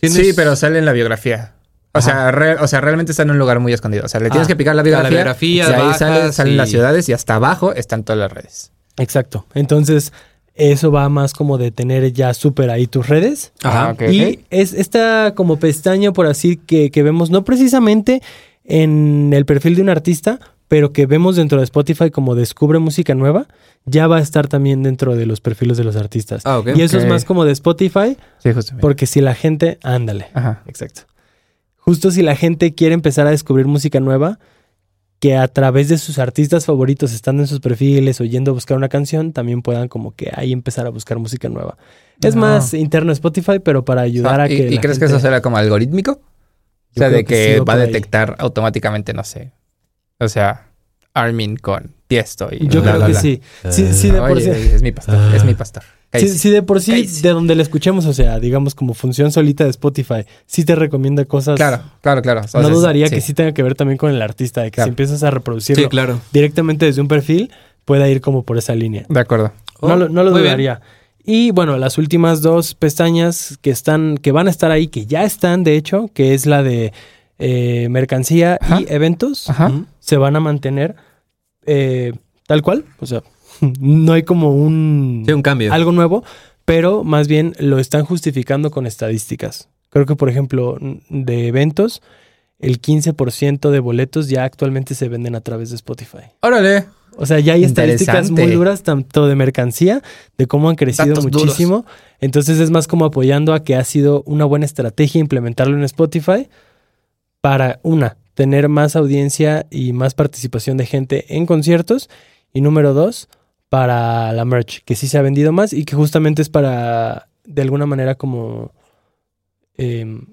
[SPEAKER 1] Tienes-
[SPEAKER 2] Sí, pero sale en la biografía. O sea, re- o sea, realmente está en un lugar muy escondido. O sea, le tienes
[SPEAKER 1] Ah,
[SPEAKER 2] que picar la
[SPEAKER 1] la
[SPEAKER 2] biografía.
[SPEAKER 1] biografía,
[SPEAKER 2] y ahí
[SPEAKER 1] bajas
[SPEAKER 2] sale- salen
[SPEAKER 1] y-
[SPEAKER 2] las ciudades y hasta abajo están todas las redes.
[SPEAKER 3] Exacto. Entonces, eso va más como de tener ya súper ahí tus redes.
[SPEAKER 1] Ajá.
[SPEAKER 2] Ah, ok,
[SPEAKER 3] y
[SPEAKER 2] ok.
[SPEAKER 3] es esta como pestaña, por así, que, que vemos no precisamente en el perfil de un artista, pero que vemos dentro de Spotify como descubre música nueva, ya va a estar también dentro de los perfiles de los artistas.
[SPEAKER 1] Ah, ok.
[SPEAKER 3] Y eso
[SPEAKER 2] Ok.
[SPEAKER 3] es más como de Spotify,
[SPEAKER 2] Sí, justamente.
[SPEAKER 3] porque si la gente, ándale.
[SPEAKER 2] Ajá.
[SPEAKER 3] Exacto. Justo si la gente quiere empezar a descubrir música nueva, que a través de sus artistas favoritos, estando en sus perfiles o yendo a buscar una canción, también puedan como que ahí empezar a buscar música nueva. Es
[SPEAKER 2] Ah.
[SPEAKER 3] más interno Spotify, pero para ayudar
[SPEAKER 2] Ah,
[SPEAKER 3] a
[SPEAKER 2] ¿Y,
[SPEAKER 3] que...
[SPEAKER 2] y
[SPEAKER 3] la
[SPEAKER 2] crees que
[SPEAKER 3] gente-
[SPEAKER 2] eso será como algorítmico? O
[SPEAKER 3] Yo
[SPEAKER 2] sea,
[SPEAKER 3] creo
[SPEAKER 2] de
[SPEAKER 3] que
[SPEAKER 2] que,
[SPEAKER 3] sí va
[SPEAKER 2] va a
[SPEAKER 3] por ahí.
[SPEAKER 2] detectar automáticamente, no sé. O sea, Armin con Tiesto y...
[SPEAKER 3] Yo
[SPEAKER 1] La,
[SPEAKER 3] creo
[SPEAKER 1] la,
[SPEAKER 3] que
[SPEAKER 1] la.
[SPEAKER 3] sí. Sí, sí, de
[SPEAKER 2] Oye,
[SPEAKER 3] por sí. Ah.
[SPEAKER 2] es mi pastor, es mi pastor.
[SPEAKER 3] Sí,
[SPEAKER 2] Cállese.
[SPEAKER 3] sí, de por sí,
[SPEAKER 2] Cállese.
[SPEAKER 3] de donde la escuchemos, o sea, digamos como función solita de Spotify, sí te recomienda cosas.
[SPEAKER 2] Claro, claro, claro. O sea,
[SPEAKER 3] no
[SPEAKER 2] sí,
[SPEAKER 3] dudaría
[SPEAKER 2] sí.
[SPEAKER 3] que sí tenga que ver también con el artista, de que
[SPEAKER 2] Claro.
[SPEAKER 3] si empiezas a reproducirlo
[SPEAKER 1] Sí, claro.
[SPEAKER 3] directamente desde un perfil, pueda ir como por esa línea.
[SPEAKER 2] De acuerdo.
[SPEAKER 3] no lo, no lo
[SPEAKER 1] Oh, Muy bien.
[SPEAKER 3] dudaría. Y bueno, las últimas dos pestañas que están, que van a estar ahí, que ya están, de hecho, que es la de eh, mercancía
[SPEAKER 2] Ajá.
[SPEAKER 3] y eventos,
[SPEAKER 2] Ajá.
[SPEAKER 1] Ujú.
[SPEAKER 3] se van a mantener eh, tal cual. O sea, no hay como un,
[SPEAKER 1] Sí, un cambio.
[SPEAKER 3] algo nuevo, pero más bien lo están justificando con estadísticas. Creo que, por ejemplo, n- de eventos, el 15% de boletos ya actualmente se venden a través de Spotify.
[SPEAKER 2] Órale.
[SPEAKER 3] O sea, ya hay estadísticas
[SPEAKER 2] Interesante.
[SPEAKER 3] muy duras, tanto de mercancía, de cómo han crecido
[SPEAKER 2] Datos duros.
[SPEAKER 3] muchísimo. Entonces es más como apoyando a que ha sido una buena estrategia implementarlo en Spotify para, una, tener más audiencia y más participación de gente en conciertos. Y número dos, para la merch, que sí se ha vendido más y que justamente es para, de alguna manera, como em,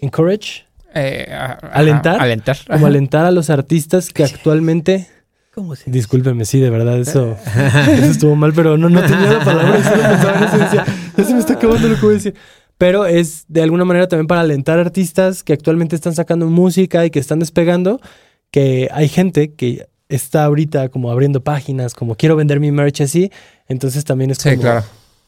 [SPEAKER 3] encourage,
[SPEAKER 2] Eh, a- a-
[SPEAKER 3] ¿Alentar?
[SPEAKER 2] Alentar.
[SPEAKER 3] como alentar a los artistas que actualmente... Discúlpeme, sí, de verdad, eso, eso estuvo mal, pero no, no tenía la palabra, solo pensaba en eso y decía, ya se me está acabando lo que voy a decir. Pero es de alguna manera también para alentar artistas que actualmente están sacando música y que están despegando, que hay gente que está ahorita como abriendo páginas, como quiero vender mi merch así, entonces también es
[SPEAKER 2] Sí,
[SPEAKER 3] como,
[SPEAKER 2] claro.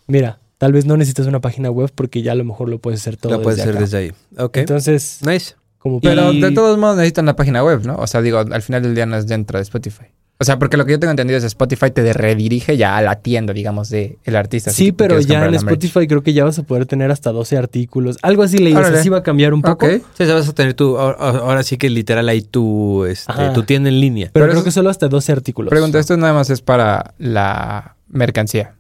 [SPEAKER 3] mira, Tal vez no necesitas una página web porque ya a lo mejor lo puedes hacer todo.
[SPEAKER 1] Lo puedes
[SPEAKER 3] desde
[SPEAKER 1] hacer
[SPEAKER 3] acá.
[SPEAKER 1] desde ahí. Ok.
[SPEAKER 3] Entonces,
[SPEAKER 1] nice.
[SPEAKER 3] como
[SPEAKER 2] Pero
[SPEAKER 3] y-
[SPEAKER 2] de todos modos necesitan la página web, ¿no? O sea, digo, al final del día no es dentro de Spotify. O sea, porque lo que yo tengo entendido es Spotify te de- redirige ya a la tienda, digamos, de el artista. si
[SPEAKER 3] Sí,
[SPEAKER 2] tú
[SPEAKER 3] pero
[SPEAKER 2] quieres
[SPEAKER 3] ya
[SPEAKER 2] comprar
[SPEAKER 3] en
[SPEAKER 2] la merch.
[SPEAKER 3] Spotify creo que ya vas a poder tener hasta 12 artículos. Algo así leí, o sea,
[SPEAKER 2] Órale.
[SPEAKER 3] sí va a cambiar un poco.
[SPEAKER 2] Ok.
[SPEAKER 1] Sí, ya vas a tener tu. ahora- Ahora sí que literal ahí tu, este,
[SPEAKER 3] Ajá.
[SPEAKER 1] tu tienda en línea.
[SPEAKER 3] Pero,
[SPEAKER 2] Pero
[SPEAKER 3] creo
[SPEAKER 2] eso-
[SPEAKER 3] que solo hasta 12 artículos.
[SPEAKER 2] Pregunta, esto nada más es para la mercancía.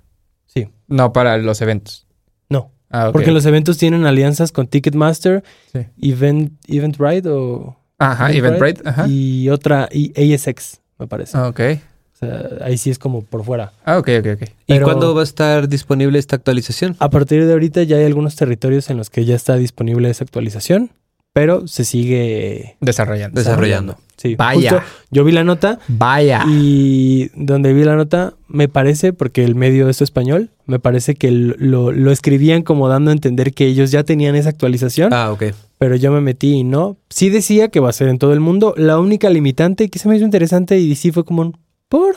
[SPEAKER 3] Sí.
[SPEAKER 2] No para los eventos.
[SPEAKER 3] No,
[SPEAKER 2] Ah, ok.
[SPEAKER 3] porque los eventos tienen alianzas con Ticketmaster,
[SPEAKER 2] Sí.
[SPEAKER 3] Event, Eventbrite o...
[SPEAKER 2] Ajá, Eventbrite. Ajá.
[SPEAKER 3] Y otra, y ASX, me parece.
[SPEAKER 2] Ah, Ok.
[SPEAKER 3] O sea, ahí sí es como por fuera.
[SPEAKER 2] Ah, ok, ok, ok.
[SPEAKER 1] ¿Y
[SPEAKER 3] Pero-
[SPEAKER 1] cuándo va a estar disponible esta actualización?
[SPEAKER 3] A partir de ahorita ya hay algunos territorios en los que ya está disponible esa actualización, pero se sigue
[SPEAKER 2] Desarrollando.
[SPEAKER 1] Desarrollando.
[SPEAKER 3] Sí,
[SPEAKER 2] Vaya.
[SPEAKER 3] justo yo vi la nota
[SPEAKER 2] Vaya.
[SPEAKER 3] y donde vi la nota me parece, porque el medio es español, me parece que lo, lo escribían como dando a entender que ellos ya tenían esa actualización,
[SPEAKER 1] Ah, ok.
[SPEAKER 3] pero yo me metí y no. Sí decía que va a ser en todo el mundo. La única limitante que se me hizo interesante y sí fue como un por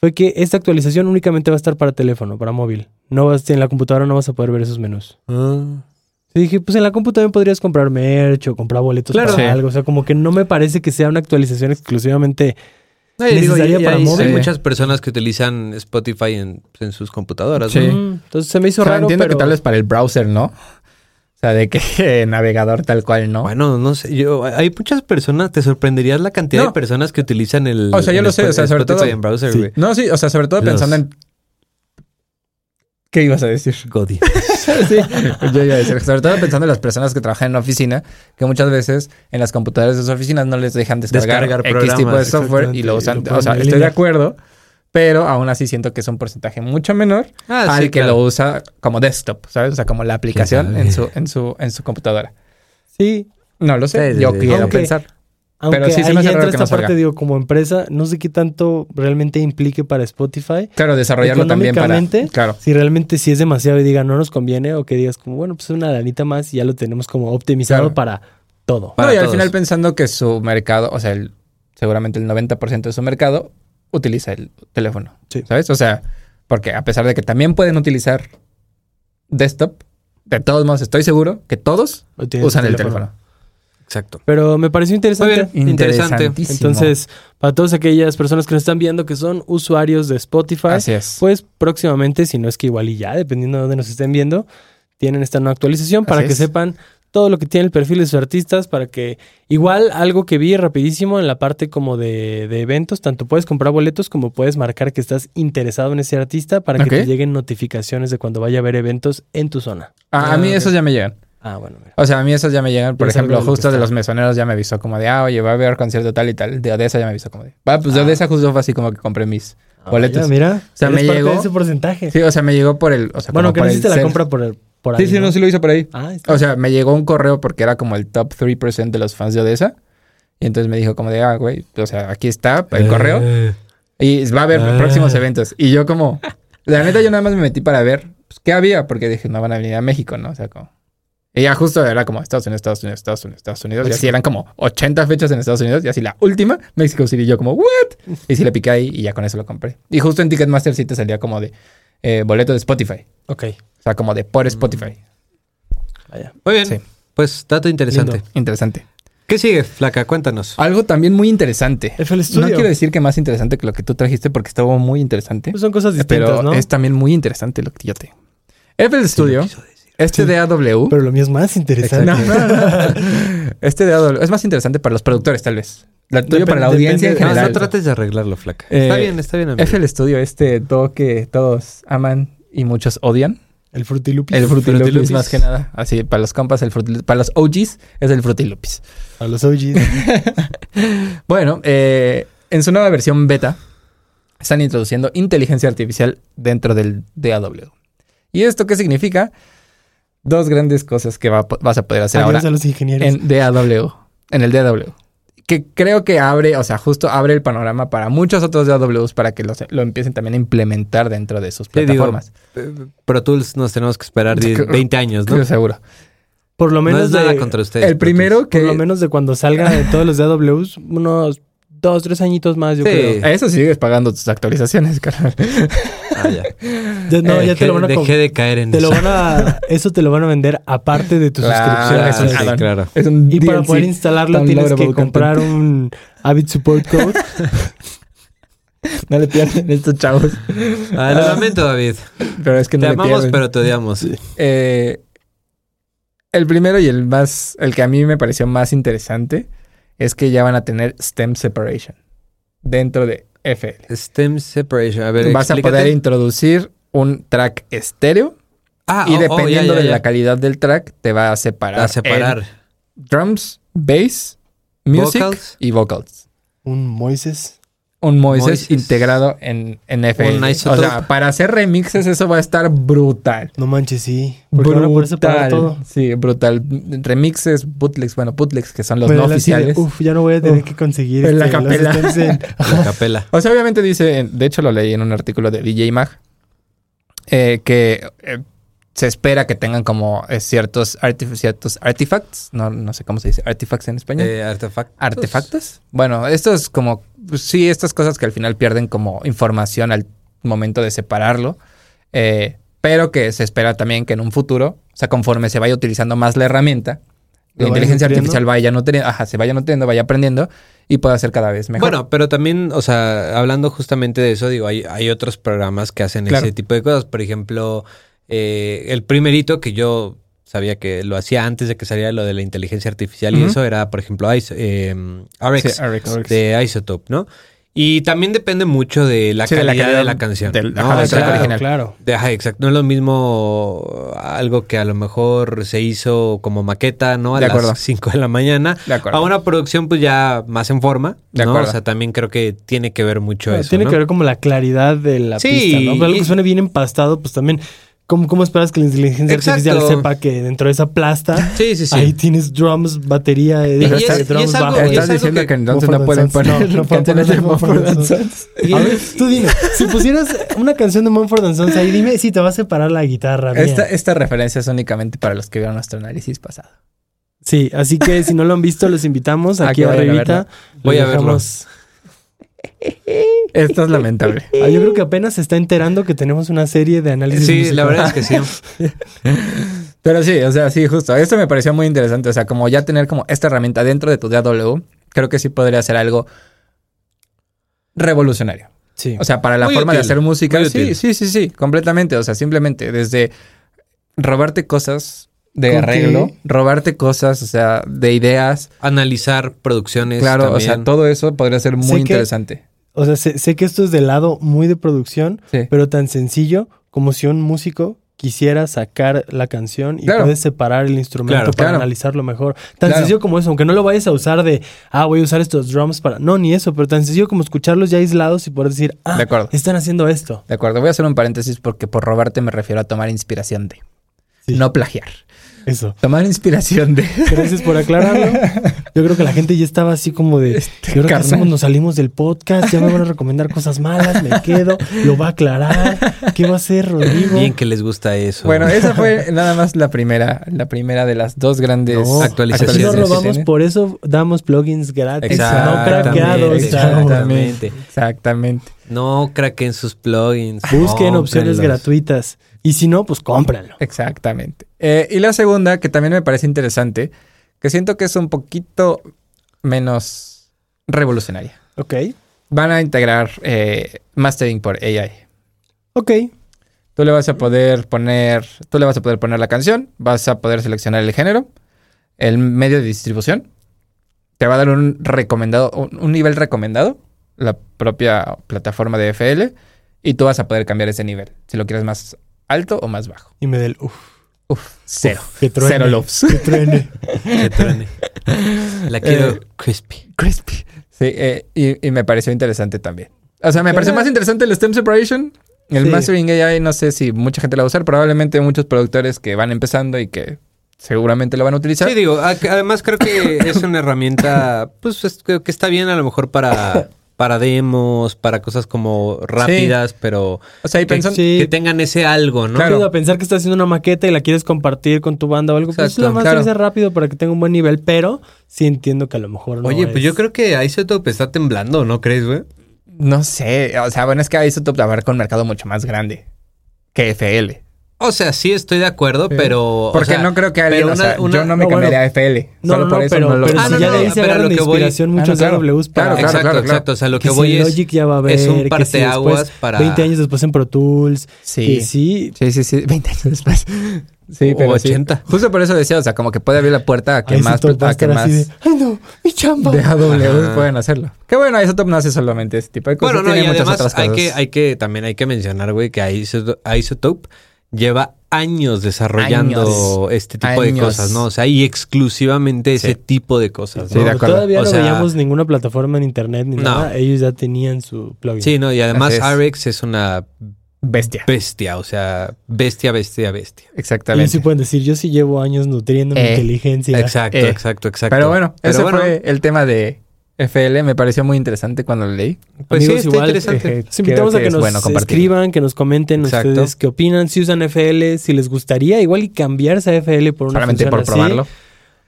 [SPEAKER 3] fue que esta actualización únicamente va a estar para teléfono, para móvil. No vas, en la computadora no vas a poder ver esos menús.
[SPEAKER 1] Ah.
[SPEAKER 3] Y dije, pues en la compu también podrías comprar merch o comprar boletos
[SPEAKER 1] Claro.
[SPEAKER 3] para
[SPEAKER 2] Sí.
[SPEAKER 3] algo. O sea, como que no me parece que sea una actualización exclusivamente.
[SPEAKER 1] No, y digo,
[SPEAKER 3] Necesaria
[SPEAKER 1] y- y
[SPEAKER 3] para
[SPEAKER 1] hay,
[SPEAKER 3] móvil.
[SPEAKER 1] hay
[SPEAKER 2] Sí.
[SPEAKER 1] muchas personas que utilizan Spotify en, en sus computadoras.
[SPEAKER 2] Sí.
[SPEAKER 1] ¿no?
[SPEAKER 3] Mm, Entonces se me hizo
[SPEAKER 2] O sea,
[SPEAKER 3] raro,
[SPEAKER 2] entiendo
[SPEAKER 3] pero
[SPEAKER 2] que tal vez para el browser, ¿no? O sea, de que navegador tal cual, ¿no?
[SPEAKER 1] Bueno, no sé, yo hay muchas personas, te sorprenderías la cantidad
[SPEAKER 2] No.
[SPEAKER 1] de personas que utilizan el
[SPEAKER 2] O sea, yo
[SPEAKER 1] el
[SPEAKER 2] lo sé,
[SPEAKER 1] Spo-
[SPEAKER 2] o sea, sobre
[SPEAKER 1] Spotify
[SPEAKER 2] todo-
[SPEAKER 1] en browser,
[SPEAKER 3] Sí.
[SPEAKER 1] güey.
[SPEAKER 2] No, sí, o sea, sobre todo
[SPEAKER 1] Los-
[SPEAKER 2] pensando en... ¿Qué ibas a decir?
[SPEAKER 1] Godi.
[SPEAKER 2] sí, yo iba a decir, sobre todo pensando en las personas que trabajan en una oficina, que muchas veces en las computadoras de sus oficinas no les dejan descargar,
[SPEAKER 1] Descargar
[SPEAKER 2] X tipo de
[SPEAKER 1] programas,
[SPEAKER 2] software y lo
[SPEAKER 3] exactamente,
[SPEAKER 2] usan.
[SPEAKER 3] y lo
[SPEAKER 2] o sea,
[SPEAKER 3] ponen en
[SPEAKER 2] estoy de
[SPEAKER 3] línea.
[SPEAKER 2] acuerdo, pero aún así siento que es un porcentaje mucho menor
[SPEAKER 1] Ah, sí,
[SPEAKER 2] al que
[SPEAKER 1] claro.
[SPEAKER 2] lo usa como desktop, ¿sabes? O sea, como la aplicación
[SPEAKER 1] sabe?
[SPEAKER 2] en su, en su, en su computadora.
[SPEAKER 3] sí.
[SPEAKER 2] No lo sé,
[SPEAKER 1] Sí, sí,
[SPEAKER 2] yo
[SPEAKER 1] sí.
[SPEAKER 2] quiero
[SPEAKER 3] Aunque-
[SPEAKER 2] pensar.
[SPEAKER 3] Aunque
[SPEAKER 2] Pero sí se me
[SPEAKER 3] ahí
[SPEAKER 2] hace raro
[SPEAKER 3] entra
[SPEAKER 2] que
[SPEAKER 3] esta
[SPEAKER 2] no salga.
[SPEAKER 3] parte, digo, como empresa, no sé qué tanto realmente implique para Spotify.
[SPEAKER 2] Claro, desarrollarlo también para.
[SPEAKER 3] Económicamente,
[SPEAKER 2] Claro.
[SPEAKER 3] Si realmente sí es demasiado y diga no nos conviene, o que digas como, bueno, pues una lanita más y ya lo tenemos como
[SPEAKER 2] Claro.
[SPEAKER 3] optimizado para todo.
[SPEAKER 1] Para
[SPEAKER 2] no, y al
[SPEAKER 1] todos.
[SPEAKER 2] final pensando que su mercado, o sea, el- seguramente el 90% de su mercado utiliza el teléfono.
[SPEAKER 3] Sí.
[SPEAKER 2] ¿Sabes? O sea, porque a pesar de que también pueden utilizar desktop, de todos modos estoy seguro que todos
[SPEAKER 3] Lo tienes
[SPEAKER 2] usan
[SPEAKER 3] en
[SPEAKER 2] el teléfono.
[SPEAKER 1] Exacto.
[SPEAKER 3] Pero me pareció interesante.
[SPEAKER 1] Muy bien. Interesante.
[SPEAKER 2] Interesantísimo.
[SPEAKER 3] Entonces, para todas aquellas personas que nos están viendo que son usuarios de Spotify,
[SPEAKER 2] así es.
[SPEAKER 3] Pues próximamente, si no es que igual y ya, dependiendo de dónde nos estén viendo, tienen esta nueva actualización para
[SPEAKER 2] Así
[SPEAKER 3] que
[SPEAKER 2] es.
[SPEAKER 3] sepan todo lo que tiene el perfil de sus artistas, para que igual algo que vi rapidísimo en la parte como de, de eventos, tanto puedes comprar boletos como puedes marcar que estás interesado en ese artista para que
[SPEAKER 2] Ok.
[SPEAKER 3] te lleguen notificaciones de cuando vaya a haber eventos en tu zona.
[SPEAKER 2] A, a mí esos ya me llegan.
[SPEAKER 3] Ah, bueno, mira.
[SPEAKER 2] O sea, a mí esos ya me llegan. Por
[SPEAKER 3] Ya es Pues, algo
[SPEAKER 2] ejemplo,
[SPEAKER 3] de lo que
[SPEAKER 2] justo de
[SPEAKER 3] está.
[SPEAKER 2] los mesoneros ya me avisó como de, ah, oye, va a haber concierto tal y tal. De Odessa ya me avisó como de, va, pues de
[SPEAKER 3] Ah.
[SPEAKER 2] Odessa justo fue así como que compré mis boletos.
[SPEAKER 3] Ah, mira,
[SPEAKER 2] O sea,
[SPEAKER 3] eres
[SPEAKER 2] me
[SPEAKER 3] parte
[SPEAKER 2] llegó-
[SPEAKER 3] de ese porcentaje.
[SPEAKER 2] Sí, o sea, me llegó por el. O sea,
[SPEAKER 3] bueno,
[SPEAKER 2] como
[SPEAKER 3] que
[SPEAKER 2] por el
[SPEAKER 3] no hiciste la
[SPEAKER 2] self-
[SPEAKER 3] compra por, el- por
[SPEAKER 2] Sí,
[SPEAKER 3] ahí,
[SPEAKER 2] sí, no, sí lo hizo por ahí.
[SPEAKER 3] Ah, está.
[SPEAKER 2] O sea, me llegó un correo porque era como el top 3% de los fans de Odessa. Y entonces me dijo como de, ah, güey, o sea, aquí está el correo.
[SPEAKER 1] Eh,
[SPEAKER 2] Y va a haber
[SPEAKER 1] eh.
[SPEAKER 2] próximos eventos. Y yo como, la neta yo nada más me metí para ver pues, qué había. Porque dije, no van a venir a México, ¿no? O sea, como... Y ya justo era como Estados Unidos, Estados Unidos, Estados Unidos, Estados Unidos. Y así eran como 80 fechas en Estados Unidos. Y así la última, México City. Y yo como, ¿what? Y sí le piqué ahí y ya con eso lo compré. Y justo en Ticketmaster sí te salía como de eh, boleto de Spotify.
[SPEAKER 3] ok,
[SPEAKER 2] O sea, como de por Spotify.
[SPEAKER 3] vaya.
[SPEAKER 1] Muy bien.
[SPEAKER 2] Sí.
[SPEAKER 1] Pues dato interesante.
[SPEAKER 3] Lindo.
[SPEAKER 2] Interesante.
[SPEAKER 1] ¿Qué sigue, Flaca? Cuéntanos.
[SPEAKER 2] Algo también muy interesante.
[SPEAKER 3] FL
[SPEAKER 2] No
[SPEAKER 3] Studio.
[SPEAKER 2] quiero decir que más interesante que lo que tú trajiste porque estuvo muy interesante.
[SPEAKER 3] Pues son cosas distintas,
[SPEAKER 2] pero
[SPEAKER 3] ¿no?
[SPEAKER 2] es también muy interesante lo que yo te. FL Studio,
[SPEAKER 1] Sí, lo quiso decir.
[SPEAKER 2] este de AW.
[SPEAKER 3] Pero lo mío es más interesante.
[SPEAKER 2] No, no, no. este de AW es más interesante para los productores, tal vez. La tuyo para la
[SPEAKER 3] Depende-
[SPEAKER 2] audiencia en
[SPEAKER 3] depende-
[SPEAKER 1] No,
[SPEAKER 2] general.
[SPEAKER 1] no trates de arreglarlo, Flaca.
[SPEAKER 2] Eh,
[SPEAKER 1] está bien, está bien, amigo.
[SPEAKER 2] FL Studio, este do que todos aman y muchos odian.
[SPEAKER 3] El Frutilupis.
[SPEAKER 2] El Fruity
[SPEAKER 1] Fruity
[SPEAKER 2] Loops,
[SPEAKER 1] Loops.
[SPEAKER 2] más que nada. Así, para los compas, el Fruity Loops- Para los OGs, es el Fruity Loops.
[SPEAKER 3] A los OGs.
[SPEAKER 2] Bueno, eh, en su nueva versión beta están introduciendo inteligencia artificial dentro del DAW. ¿Y esto qué significa? Dos grandes cosas que va- vas a poder hacer ahora
[SPEAKER 3] Adiós a los ingenieros.
[SPEAKER 2] en DAW, en el DAW. Que creo que abre, o sea, justo abre el panorama para muchos otros DAWs para que los- lo empiecen también a implementar dentro de sus
[SPEAKER 1] Sí, digo,
[SPEAKER 2] plataformas.
[SPEAKER 1] Eh, Pro Tools nos tenemos que esperar
[SPEAKER 2] Sí,
[SPEAKER 1] 10,
[SPEAKER 2] creo-
[SPEAKER 1] 20 años, ¿no?
[SPEAKER 2] Estoy seguro.
[SPEAKER 3] Por lo
[SPEAKER 1] No
[SPEAKER 3] menos
[SPEAKER 1] es nada
[SPEAKER 3] de,
[SPEAKER 1] contra ustedes.
[SPEAKER 2] El
[SPEAKER 1] Pro Tools.
[SPEAKER 2] primero
[SPEAKER 3] por
[SPEAKER 2] que...
[SPEAKER 3] lo menos de cuando salga de todos los DAWs, unos dos, tres añitos más, yo
[SPEAKER 1] Sí.
[SPEAKER 3] creo.
[SPEAKER 2] A eso sigues pagando tus actualizaciones, carnal.
[SPEAKER 1] Ah, ya.
[SPEAKER 3] Ya, no,
[SPEAKER 1] Eh,
[SPEAKER 3] ya te
[SPEAKER 1] dejé-
[SPEAKER 3] lo van a... com-
[SPEAKER 1] Dejé de caer en
[SPEAKER 3] Te lo
[SPEAKER 1] eso.
[SPEAKER 3] van a eso te lo van a vender aparte de tu
[SPEAKER 2] Claro,
[SPEAKER 1] Ah,
[SPEAKER 2] es un
[SPEAKER 1] sí,
[SPEAKER 3] suscripción.
[SPEAKER 2] add-on.
[SPEAKER 1] claro.
[SPEAKER 2] Es un
[SPEAKER 3] Y para
[SPEAKER 2] DLC.
[SPEAKER 3] poder instalarlo
[SPEAKER 2] Downloadable
[SPEAKER 3] tienes que
[SPEAKER 2] content.
[SPEAKER 3] comprar un Avid Support Code.
[SPEAKER 2] No le pierden estos chavos.
[SPEAKER 1] Ah, lo lamento, David.
[SPEAKER 2] Pero es que no
[SPEAKER 1] Te
[SPEAKER 2] le
[SPEAKER 1] amamos,
[SPEAKER 2] pierden.
[SPEAKER 1] pero te odiamos.
[SPEAKER 2] Eh, el primero y el más, el que a mí me pareció más interesante es que ya van a tener stem separation dentro de FL.
[SPEAKER 1] Stem separation. A ver,
[SPEAKER 2] Vas a
[SPEAKER 1] explícate.
[SPEAKER 2] poder introducir un track estéreo
[SPEAKER 1] Ah,
[SPEAKER 2] y
[SPEAKER 1] oh, oh, ya,
[SPEAKER 2] dependiendo
[SPEAKER 1] ya,
[SPEAKER 2] de
[SPEAKER 1] ya.
[SPEAKER 2] la calidad del track te va a separar.
[SPEAKER 1] A separar.
[SPEAKER 2] en drums, bass, music
[SPEAKER 1] Vocals.
[SPEAKER 2] y vocals.
[SPEAKER 3] un Moises.
[SPEAKER 2] Un Moises,
[SPEAKER 1] Moises.
[SPEAKER 2] integrado en, en FL.
[SPEAKER 1] Un
[SPEAKER 2] o
[SPEAKER 1] Isotope.
[SPEAKER 2] sea, para hacer remixes eso va a estar brutal.
[SPEAKER 3] No manches, sí. Porque van a poder separar
[SPEAKER 2] Brutal.
[SPEAKER 3] todo.
[SPEAKER 2] Sí, brutal. Remixes, bootlegs, bueno, bootlegs que son los
[SPEAKER 3] Me
[SPEAKER 2] no
[SPEAKER 3] da la idea de,
[SPEAKER 2] oficiales.
[SPEAKER 3] Uf, ya no voy a tener
[SPEAKER 2] Uf,
[SPEAKER 3] que conseguir
[SPEAKER 2] en la
[SPEAKER 3] este, los
[SPEAKER 2] capela.
[SPEAKER 3] stems en-
[SPEAKER 1] Ah, La capela.
[SPEAKER 2] O sea, obviamente dice, en- de hecho lo leí en un artículo de DJ Mag, eh, que eh, se espera que tengan como eh, ciertos, artif- ciertos artifacts, no, no sé cómo se dice, artifacts en español.
[SPEAKER 1] Eh, artefactos.
[SPEAKER 2] ¿Artefactos? Bueno, estos como, pues, sí, estas cosas que al final pierden como información al momento de separarlo, eh, pero que se espera también que en un futuro, o sea, conforme se vaya utilizando más la herramienta,
[SPEAKER 3] Lo
[SPEAKER 2] la
[SPEAKER 3] vaya
[SPEAKER 2] inteligencia
[SPEAKER 3] nutriendo.
[SPEAKER 2] artificial vaya nutriendo, ajá, se vaya nutriendo, vaya aprendiendo y pueda ser cada vez mejor.
[SPEAKER 1] Bueno, pero también, o sea, hablando justamente de eso, digo, hay, hay otros programas que hacen
[SPEAKER 2] Claro.
[SPEAKER 1] ese tipo de cosas. Por ejemplo, eh, el primerito que yo sabía que lo hacía antes de que saliera lo de la inteligencia artificial y
[SPEAKER 2] Ujú.
[SPEAKER 1] eso era, por ejemplo, Iso- eh, RX,
[SPEAKER 2] Sí, RX.
[SPEAKER 1] de Isotope, ¿no? Y también depende mucho de la,
[SPEAKER 2] Sí, de
[SPEAKER 1] calidad,
[SPEAKER 2] la
[SPEAKER 1] de la
[SPEAKER 2] calidad
[SPEAKER 1] canción.
[SPEAKER 2] del-
[SPEAKER 1] ¿no?
[SPEAKER 2] ajá,
[SPEAKER 1] O
[SPEAKER 2] del
[SPEAKER 1] sea,
[SPEAKER 2] track original.
[SPEAKER 3] claro.
[SPEAKER 1] de- ajá, exacto. No es lo mismo algo que a lo mejor se hizo como maqueta, ¿no? A
[SPEAKER 2] De acuerdo.
[SPEAKER 1] las 5 de la mañana.
[SPEAKER 2] De acuerdo.
[SPEAKER 1] A una producción, pues ya más en forma.
[SPEAKER 2] De
[SPEAKER 1] ¿no?
[SPEAKER 2] acuerdo.
[SPEAKER 1] O sea, también creo que tiene que ver mucho
[SPEAKER 3] Bueno,
[SPEAKER 1] eso.
[SPEAKER 3] Ah, tiene
[SPEAKER 1] ¿no?
[SPEAKER 3] que ver como la claridad de la
[SPEAKER 1] Sí,
[SPEAKER 3] pista, ¿no? Pero algo que
[SPEAKER 1] y-
[SPEAKER 3] suene bien empastado, pues también. ¿Cómo, cómo esperas que la inteligencia
[SPEAKER 1] Exacto.
[SPEAKER 3] artificial sepa que dentro de esa plasta
[SPEAKER 1] Sí, sí, sí.
[SPEAKER 3] ahí tienes drums, batería, eh,
[SPEAKER 1] Pero
[SPEAKER 3] digo,
[SPEAKER 1] y es-
[SPEAKER 3] eh,
[SPEAKER 1] y
[SPEAKER 3] drums,
[SPEAKER 1] es algo-
[SPEAKER 3] bajo?
[SPEAKER 1] y es
[SPEAKER 2] Estás diciendo que,
[SPEAKER 1] que-
[SPEAKER 2] entonces no
[SPEAKER 3] Mumford
[SPEAKER 2] pueden
[SPEAKER 3] and Sons.
[SPEAKER 2] poner
[SPEAKER 3] No, no pueden
[SPEAKER 2] canciones de
[SPEAKER 3] poner
[SPEAKER 2] Mumford and
[SPEAKER 3] Mumford and
[SPEAKER 2] Sons.
[SPEAKER 3] A ver, tú dime, si pusieras una canción de Mumford and Sons ahí, dime si te va a separar la guitarra. bien.
[SPEAKER 2] Esta, esta referencia es únicamente para los que vieron nuestro análisis pasado.
[SPEAKER 3] Sí, así que si no lo han visto, los invitamos
[SPEAKER 2] A
[SPEAKER 1] Ah,
[SPEAKER 3] aquí
[SPEAKER 2] que vayan a
[SPEAKER 3] arribita.
[SPEAKER 1] Voy a
[SPEAKER 3] Les
[SPEAKER 1] verlo.
[SPEAKER 3] dejamos-
[SPEAKER 2] Esto es lamentable.
[SPEAKER 3] Ah, yo creo que apenas se está enterando que tenemos una serie de análisis.
[SPEAKER 1] Sí,
[SPEAKER 3] musical.
[SPEAKER 1] la verdad es que sí.
[SPEAKER 2] Pero sí, o sea, sí, justo. Esto me pareció muy interesante. O sea, como ya tener como esta herramienta dentro de tu DAW, creo que sí podría ser algo revolucionario.
[SPEAKER 3] Sí.
[SPEAKER 2] O sea, para la
[SPEAKER 1] Muy
[SPEAKER 2] forma de
[SPEAKER 1] útil,
[SPEAKER 2] hacer música.
[SPEAKER 1] muy
[SPEAKER 2] Sí,
[SPEAKER 1] útil.
[SPEAKER 2] sí, sí, sí, completamente. O sea, simplemente desde robarte cosas de
[SPEAKER 3] ¿Con
[SPEAKER 2] arreglo,
[SPEAKER 3] qué?
[SPEAKER 2] robarte cosas, o sea, de ideas.
[SPEAKER 1] Analizar producciones.
[SPEAKER 2] claro, o
[SPEAKER 1] también.
[SPEAKER 2] sea, todo eso podría ser muy
[SPEAKER 3] que-
[SPEAKER 2] interesante.
[SPEAKER 3] O sea, sé, sé que esto es de lado muy de producción,
[SPEAKER 2] Sí.
[SPEAKER 3] pero tan sencillo como si un músico quisiera sacar la canción y
[SPEAKER 2] Claro.
[SPEAKER 3] puedes separar el instrumento
[SPEAKER 1] Claro,
[SPEAKER 3] para
[SPEAKER 2] claro.
[SPEAKER 3] analizarlo mejor. Tan
[SPEAKER 2] Claro.
[SPEAKER 3] sencillo como eso, aunque no lo vayas a usar de, ah, voy a usar estos drums para... No, ni eso, pero tan sencillo como escucharlos ya aislados y poder decir, ah,
[SPEAKER 2] De acuerdo.
[SPEAKER 3] están haciendo esto.
[SPEAKER 2] De acuerdo, voy a hacer un paréntesis porque por robarte me refiero a tomar inspiración de.
[SPEAKER 3] Sí.
[SPEAKER 2] No plagiar.
[SPEAKER 3] Eso.
[SPEAKER 2] Tomar inspiración de.
[SPEAKER 3] Gracias por aclararlo. Yo creo que la gente ya estaba así como de,
[SPEAKER 2] Este,
[SPEAKER 3] ¿y ahora qué
[SPEAKER 2] carnal.
[SPEAKER 3] hacemos? Nos salimos del podcast, ya me van a recomendar cosas malas, me quedo, lo va a aclarar, ¿qué va a hacer Rodrigo?
[SPEAKER 1] Bien que les gusta eso.
[SPEAKER 2] Bueno, esa fue nada más la primera, la primera de las dos grandes
[SPEAKER 3] No,
[SPEAKER 1] actualizaciones
[SPEAKER 3] Si no
[SPEAKER 1] Así es,
[SPEAKER 3] robamos, por eso damos plugins gratis. No
[SPEAKER 1] Exactamente,
[SPEAKER 3] craqueados, chavos.
[SPEAKER 1] exactamente.
[SPEAKER 2] Exactamente.
[SPEAKER 1] No craquen sus plugins.
[SPEAKER 3] Busquen opciones
[SPEAKER 1] cómprenlos.
[SPEAKER 3] gratuitas. Y si no, pues cómpranlo.
[SPEAKER 2] Exactamente. Eh, y la segunda, que también me parece interesante, que siento que es un poquito menos revolucionaria.
[SPEAKER 3] Ok.
[SPEAKER 2] Van a integrar eh, mastering por AI.
[SPEAKER 3] Ok.
[SPEAKER 2] Tú le vas a poder poner, tú le vas a poder poner la canción, vas a poder seleccionar el género, el medio de distribución. Te va a dar un recomendado, un, un nivel recomendado, la propia plataforma de FL, y tú vas a poder cambiar ese nivel, si lo quieres más alto o más bajo.
[SPEAKER 3] Y me del uff.
[SPEAKER 2] Uf, cero.
[SPEAKER 3] Que truene.
[SPEAKER 2] Cero loves.
[SPEAKER 3] Que truene.
[SPEAKER 1] Que truene. La quiero
[SPEAKER 3] Eh,
[SPEAKER 1] crispy.
[SPEAKER 2] Crispy. Sí, eh, y, y me pareció interesante también. O sea, me pareció más interesante el Stem Separation. El
[SPEAKER 3] Sí.
[SPEAKER 2] Mastering AI, no sé si mucha gente lo va a usar. Probablemente muchos productores que van empezando y que seguramente lo van a utilizar.
[SPEAKER 1] Sí, digo, a- además creo que es una herramienta, pues es- creo que está bien a lo mejor para para demos, para cosas como rápidas, pero
[SPEAKER 2] O sea, y pensan...
[SPEAKER 3] Sí.
[SPEAKER 1] que tengan ese algo, ¿no?
[SPEAKER 2] Claro.
[SPEAKER 3] Rápido a pensar que estás haciendo una maqueta y la quieres compartir con tu banda o algo. pues
[SPEAKER 2] Exacto,
[SPEAKER 3] lo más
[SPEAKER 2] claro.
[SPEAKER 3] hacer rápido para que tenga un buen nivel, pero sí entiendo que a lo mejor no.
[SPEAKER 1] Oye, pues
[SPEAKER 3] es-
[SPEAKER 1] yo creo que Isotope pues, está temblando, ¿no crees, güey?
[SPEAKER 2] No sé, o sea, bueno, es que ahí se trabajar con un mercado mucho más grande que FL.
[SPEAKER 1] O sea, sí estoy de acuerdo, pero... o
[SPEAKER 2] Porque
[SPEAKER 1] sea,
[SPEAKER 2] no creo que alguien,
[SPEAKER 1] pero
[SPEAKER 2] o sea,
[SPEAKER 1] una-
[SPEAKER 2] yo no me
[SPEAKER 3] no, bueno.
[SPEAKER 2] cambiaría a FL.
[SPEAKER 3] No,
[SPEAKER 2] solo
[SPEAKER 3] no,
[SPEAKER 2] por
[SPEAKER 3] no,
[SPEAKER 2] eso
[SPEAKER 3] pero,
[SPEAKER 2] no lo
[SPEAKER 3] pero
[SPEAKER 1] Ah,
[SPEAKER 3] si
[SPEAKER 1] no,
[SPEAKER 3] ya
[SPEAKER 1] no,
[SPEAKER 3] de ahí se
[SPEAKER 1] pero
[SPEAKER 3] agarran
[SPEAKER 1] lo
[SPEAKER 3] de
[SPEAKER 1] que voy-
[SPEAKER 3] inspiración
[SPEAKER 2] Ah, no,
[SPEAKER 3] muchos
[SPEAKER 2] claro,
[SPEAKER 3] AWs para
[SPEAKER 2] claro,
[SPEAKER 1] exacto,
[SPEAKER 2] claro.
[SPEAKER 1] exacto. O sea, lo que,
[SPEAKER 3] que si
[SPEAKER 1] voy es...
[SPEAKER 3] Logic ya va a ver,
[SPEAKER 1] es un
[SPEAKER 3] que si
[SPEAKER 1] parteaguas
[SPEAKER 3] después,
[SPEAKER 1] para-
[SPEAKER 3] 20 años después en Pro Tools.
[SPEAKER 2] Sí.
[SPEAKER 3] que sí,
[SPEAKER 2] Sí, sí, sí, 20 años después. Sí,
[SPEAKER 1] O
[SPEAKER 2] pero sí.
[SPEAKER 1] 80.
[SPEAKER 2] Justo por eso decía, o sea, como que puede abrir la puerta a que
[SPEAKER 3] ahí
[SPEAKER 2] más,
[SPEAKER 3] sí va a
[SPEAKER 2] a que
[SPEAKER 3] estar
[SPEAKER 2] más
[SPEAKER 3] así de, ay no, mi chamba.
[SPEAKER 2] de AW
[SPEAKER 1] Ajá.
[SPEAKER 2] pueden hacerlo. Que bueno, Isotop no hace solamente este tipo de cosas,
[SPEAKER 1] Bueno, no, y
[SPEAKER 2] tiene muchas
[SPEAKER 1] además
[SPEAKER 2] otras
[SPEAKER 1] hay
[SPEAKER 2] cosas.
[SPEAKER 1] que, hay que, también hay que mencionar, güey, que Iso- Isotope lleva años desarrollando este tipo de
[SPEAKER 2] Años.
[SPEAKER 1] cosas, ¿no? O sea, y exclusivamente ese tipo de cosas,
[SPEAKER 2] Sí,
[SPEAKER 1] ¿no?
[SPEAKER 2] de acuerdo.
[SPEAKER 3] Todavía
[SPEAKER 1] O
[SPEAKER 3] no
[SPEAKER 1] sea-
[SPEAKER 3] veíamos ninguna plataforma en internet ni
[SPEAKER 1] No.
[SPEAKER 3] nada. Ellos ya tenían su plugin.
[SPEAKER 1] Sí, no, y además
[SPEAKER 2] Así es.
[SPEAKER 1] Arex es una
[SPEAKER 2] Bestia.
[SPEAKER 1] bestia, o sea, bestia, bestia, bestia.
[SPEAKER 3] Ellos
[SPEAKER 2] Exactamente.
[SPEAKER 3] sí pueden decir, yo sí llevo años nutriendo mi
[SPEAKER 2] Eh,
[SPEAKER 3] inteligencia.
[SPEAKER 1] Exacto,
[SPEAKER 2] Eh,
[SPEAKER 1] exacto, exacto.
[SPEAKER 2] Pero bueno,
[SPEAKER 1] Pero
[SPEAKER 2] ese
[SPEAKER 1] bueno,
[SPEAKER 2] fue el tema de FL. Me pareció muy interesante cuando lo leí.
[SPEAKER 1] Pues
[SPEAKER 3] Amigos,
[SPEAKER 1] sí, está
[SPEAKER 3] igual,
[SPEAKER 1] interesante.
[SPEAKER 2] eh,
[SPEAKER 3] Los invitamos
[SPEAKER 2] creo
[SPEAKER 3] a
[SPEAKER 2] que
[SPEAKER 3] que
[SPEAKER 2] es
[SPEAKER 3] nos
[SPEAKER 2] bueno compartirlo.
[SPEAKER 3] escriban, que nos comenten
[SPEAKER 1] Exacto.
[SPEAKER 3] ustedes qué opinan, si usan FL, si les gustaría igual y cambiarse a FL por una
[SPEAKER 2] Solamente
[SPEAKER 3] función
[SPEAKER 2] por
[SPEAKER 3] así,
[SPEAKER 2] probarlo.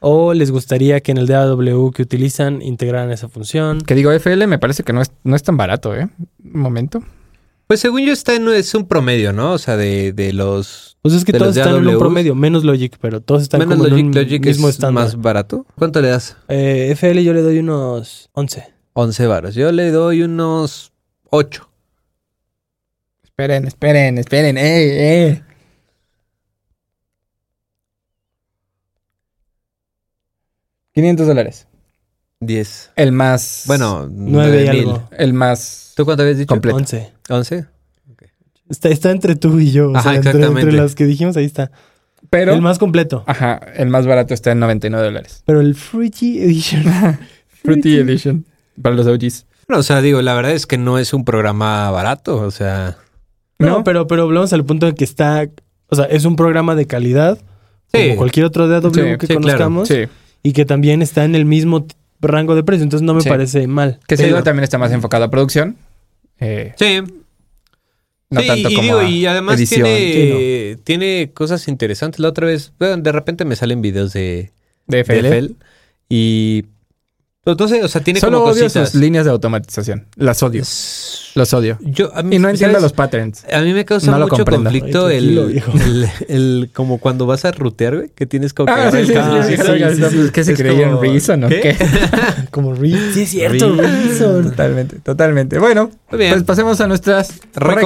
[SPEAKER 3] o les gustaría que en el DAW que utilizan integraran esa función.
[SPEAKER 2] Que digo, FL me parece que no es, no es tan barato, ¿eh? Un momento.
[SPEAKER 1] Pues según yo está en es un promedio, ¿no? O sea, de, de los
[SPEAKER 3] Pues es que
[SPEAKER 1] De los
[SPEAKER 3] todos están en un
[SPEAKER 1] DAWs.
[SPEAKER 3] promedio, menos Logic, pero todos están
[SPEAKER 1] menos
[SPEAKER 3] como en
[SPEAKER 1] Logic,
[SPEAKER 3] un
[SPEAKER 1] Logic
[SPEAKER 3] mismo
[SPEAKER 1] es
[SPEAKER 3] estándar.
[SPEAKER 1] más barato. ¿Cuánto le das?
[SPEAKER 3] Eh, FL yo le doy unos 11.
[SPEAKER 1] 11 varos. Yo le doy unos 8.
[SPEAKER 2] Esperen, esperen, esperen. ¡Eh, eh! $500 dólares.
[SPEAKER 1] 10.
[SPEAKER 2] El más.
[SPEAKER 1] Bueno,
[SPEAKER 3] 9 y
[SPEAKER 1] 9000.
[SPEAKER 3] algo.
[SPEAKER 2] El más.
[SPEAKER 1] ¿Tú cuánto habías dicho?
[SPEAKER 2] Completo.
[SPEAKER 3] 11.
[SPEAKER 1] 11.
[SPEAKER 3] Está, está entre tú y yo. o
[SPEAKER 1] Ajá,
[SPEAKER 3] sea, entre,
[SPEAKER 1] exactamente.
[SPEAKER 3] entre los que dijimos, ahí está.
[SPEAKER 2] Pero.
[SPEAKER 3] el más completo.
[SPEAKER 2] Ajá, el más barato está en 99 dólares.
[SPEAKER 3] Pero el Fruity Edition.
[SPEAKER 2] Fruity Edition. Para los OGs.
[SPEAKER 1] Bueno, o sea, digo, la verdad es que no es un programa barato, o sea,
[SPEAKER 3] No,
[SPEAKER 2] No.
[SPEAKER 3] pero, pero hablamos al punto de que está. O sea, es un programa de calidad.
[SPEAKER 1] Sí.
[SPEAKER 3] Como cualquier otro DAW
[SPEAKER 2] Sí,
[SPEAKER 1] sí,
[SPEAKER 3] que
[SPEAKER 1] claro.
[SPEAKER 3] conozcamos.
[SPEAKER 2] Sí.
[SPEAKER 3] Y que también está en el mismo t- rango de precio. Entonces no me
[SPEAKER 2] Sí.
[SPEAKER 3] parece mal.
[SPEAKER 2] Que se
[SPEAKER 1] Sí,
[SPEAKER 2] digo,
[SPEAKER 1] no.
[SPEAKER 2] también está más enfocado a producción. Eh,
[SPEAKER 1] sí.
[SPEAKER 2] no
[SPEAKER 1] Sí,
[SPEAKER 2] tanto
[SPEAKER 1] y,
[SPEAKER 2] como.
[SPEAKER 1] digo,
[SPEAKER 2] a
[SPEAKER 1] y además
[SPEAKER 2] edición.
[SPEAKER 1] tiene, tiene cosas interesantes. La otra vez, bueno, de repente me salen videos de,
[SPEAKER 2] de
[SPEAKER 1] de
[SPEAKER 2] FL.
[SPEAKER 1] FL y pues, no sé, o sea, tiene
[SPEAKER 2] Solo
[SPEAKER 1] como
[SPEAKER 2] odio
[SPEAKER 1] cositas.
[SPEAKER 2] sus líneas de automatización. Las odio. Los odio.
[SPEAKER 1] Yo a mí,
[SPEAKER 2] Y no
[SPEAKER 1] ¿sabes?
[SPEAKER 2] entiendo los patterns.
[SPEAKER 1] A mí me causa
[SPEAKER 2] No lo
[SPEAKER 1] mucho
[SPEAKER 2] comprendo.
[SPEAKER 1] conflicto
[SPEAKER 3] Ay,
[SPEAKER 1] el,
[SPEAKER 3] tranquilo, viejo.
[SPEAKER 1] el, el- como cuando vas a rutear, güey, que tienes como que
[SPEAKER 2] Ah,
[SPEAKER 1] agarrar
[SPEAKER 2] sí,
[SPEAKER 1] el
[SPEAKER 2] sí,
[SPEAKER 1] cable,
[SPEAKER 2] sí,
[SPEAKER 3] sí,
[SPEAKER 1] ¿sabes?
[SPEAKER 3] sí, sí,
[SPEAKER 2] sí. Que se
[SPEAKER 1] Es
[SPEAKER 2] creían
[SPEAKER 1] como,
[SPEAKER 2] Reason, ¿no?
[SPEAKER 1] ¿qué?
[SPEAKER 2] ¿Qué?
[SPEAKER 3] Como Reed. Sí, es cierto. Reason.
[SPEAKER 2] Totalmente, totalmente. Bueno,
[SPEAKER 1] Muy bien.
[SPEAKER 2] pues pasemos a nuestras
[SPEAKER 1] Recomendaciones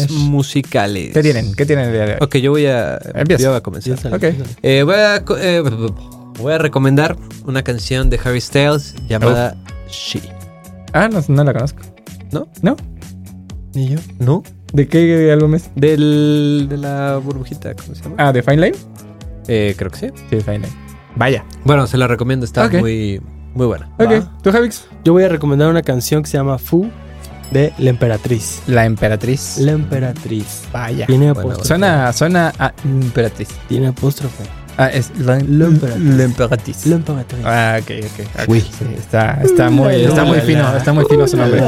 [SPEAKER 2] recomendaciones.
[SPEAKER 1] musicales.
[SPEAKER 2] ¿Qué tienen? ¿Qué tienen el día de hoy?
[SPEAKER 1] Ok, yo voy a,
[SPEAKER 2] Empieza.
[SPEAKER 1] yo voy a comenzar.
[SPEAKER 2] Ok.
[SPEAKER 1] Eh, voy, a, co- eh, voy a recomendar una canción de Harry Styles llamada She.
[SPEAKER 2] Ah, no, no la conozco.
[SPEAKER 1] ¿No?
[SPEAKER 2] ¿No?
[SPEAKER 3] ¿Y yo?
[SPEAKER 1] ¿No?
[SPEAKER 2] ¿De qué álbum es?
[SPEAKER 1] Del, de la burbujita, ¿cómo se llama?
[SPEAKER 2] Ah, ¿de Fine Line?
[SPEAKER 1] Eh, creo que sí.
[SPEAKER 2] Sí, de Fine Line. Vaya.
[SPEAKER 1] Bueno, se la recomiendo, está
[SPEAKER 2] Ok.
[SPEAKER 1] muy, muy buena.
[SPEAKER 2] Ok,
[SPEAKER 3] Va.
[SPEAKER 2] ¿tú, Javix?
[SPEAKER 3] Yo voy a recomendar una canción que se llama Fu de La Emperatriz.
[SPEAKER 2] La Emperatriz.
[SPEAKER 3] La Emperatriz.
[SPEAKER 2] Vaya.
[SPEAKER 3] Tiene
[SPEAKER 1] bueno,
[SPEAKER 3] apóstrofe.
[SPEAKER 2] Suena, suena a Emperatriz.
[SPEAKER 3] Tiene apóstrofe.
[SPEAKER 2] Ah, es la,
[SPEAKER 3] La Emperatriz.
[SPEAKER 2] la Emperatriz.
[SPEAKER 3] La Emperatriz.
[SPEAKER 2] Ah, ok, ok. ok.
[SPEAKER 1] Uy.
[SPEAKER 2] Sí, está, está muy, está muy
[SPEAKER 3] Ulala.
[SPEAKER 2] fino, está muy fino su nombre.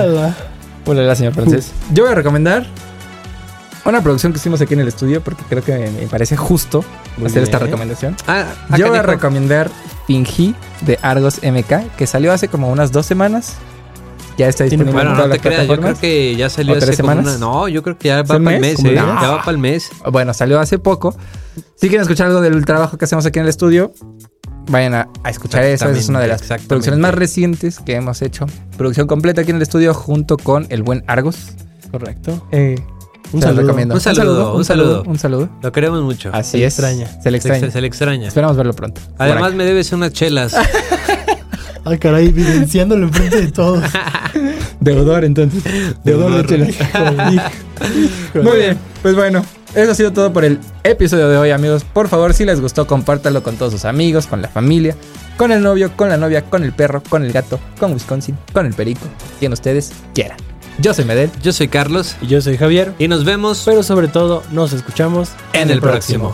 [SPEAKER 2] Hola, Uh. señor francés. Yo voy a recomendar una producción que hicimos aquí en el estudio porque creo que me parece justo
[SPEAKER 1] Muy
[SPEAKER 2] hacer esta
[SPEAKER 1] bien.
[SPEAKER 2] recomendación.
[SPEAKER 1] Ah, ah,
[SPEAKER 2] Yo voy a
[SPEAKER 1] canijo.
[SPEAKER 2] recomendar Fingí de Argos MK que salió hace como unas dos semanas. Ya está
[SPEAKER 3] Tiene-
[SPEAKER 2] disponible en
[SPEAKER 1] Bueno, no
[SPEAKER 2] todas las
[SPEAKER 1] te creas, yo creo
[SPEAKER 2] plataformas.
[SPEAKER 1] que ya salió
[SPEAKER 2] ¿O tres
[SPEAKER 1] hace como
[SPEAKER 2] semanas?
[SPEAKER 1] una... No, yo creo que ya va
[SPEAKER 2] ¿Un
[SPEAKER 1] para el
[SPEAKER 2] mes?
[SPEAKER 1] mes,
[SPEAKER 2] ¿Como
[SPEAKER 1] ¿eh?
[SPEAKER 2] un mes?
[SPEAKER 1] Ya va para el mes.
[SPEAKER 2] Bueno, salió hace poco. Si quieren escuchar algo del trabajo que hacemos aquí en el estudio, vayan a, a escuchar eso. Esa es una de las
[SPEAKER 1] Exactamente,
[SPEAKER 2] producciones más
[SPEAKER 1] exactamente.
[SPEAKER 2] recientes que hemos hecho. Producción completa aquí en el estudio junto con el buen Argos.
[SPEAKER 3] Correcto.
[SPEAKER 2] Eh,
[SPEAKER 3] Un
[SPEAKER 2] se las
[SPEAKER 3] saludo.
[SPEAKER 2] recomiendo.
[SPEAKER 1] Un saludo,
[SPEAKER 2] un
[SPEAKER 1] un
[SPEAKER 2] saludo,
[SPEAKER 1] saludo.
[SPEAKER 2] un saludo.
[SPEAKER 1] Lo queremos mucho.
[SPEAKER 2] Así
[SPEAKER 3] Se le
[SPEAKER 2] es. Ah,
[SPEAKER 3] extraña.
[SPEAKER 2] Se le
[SPEAKER 1] Se le-
[SPEAKER 2] extraña.
[SPEAKER 1] Se le extraña.
[SPEAKER 2] Esperamos verlo pronto. Por
[SPEAKER 1] Además
[SPEAKER 2] acá.
[SPEAKER 1] me debes unas chelas.
[SPEAKER 3] Ay, Ah, caray, evidenciándolo enfrente de todos.
[SPEAKER 2] deudor entonces.
[SPEAKER 3] Deudor de
[SPEAKER 2] Muy bien, pues bueno, eso ha sido todo por el episodio de hoy, amigos. Por favor, si les gustó, compártanlo con todos sus amigos, con la familia, con el novio, con la novia, con el perro, con el gato, con Wisconsin, con el perico, quien ustedes quieran. Yo soy Medel.
[SPEAKER 1] Yo soy Carlos
[SPEAKER 3] Y yo soy Javier.
[SPEAKER 1] y nos vemos
[SPEAKER 3] Pero sobre todo, nos escuchamos
[SPEAKER 1] en el próximo.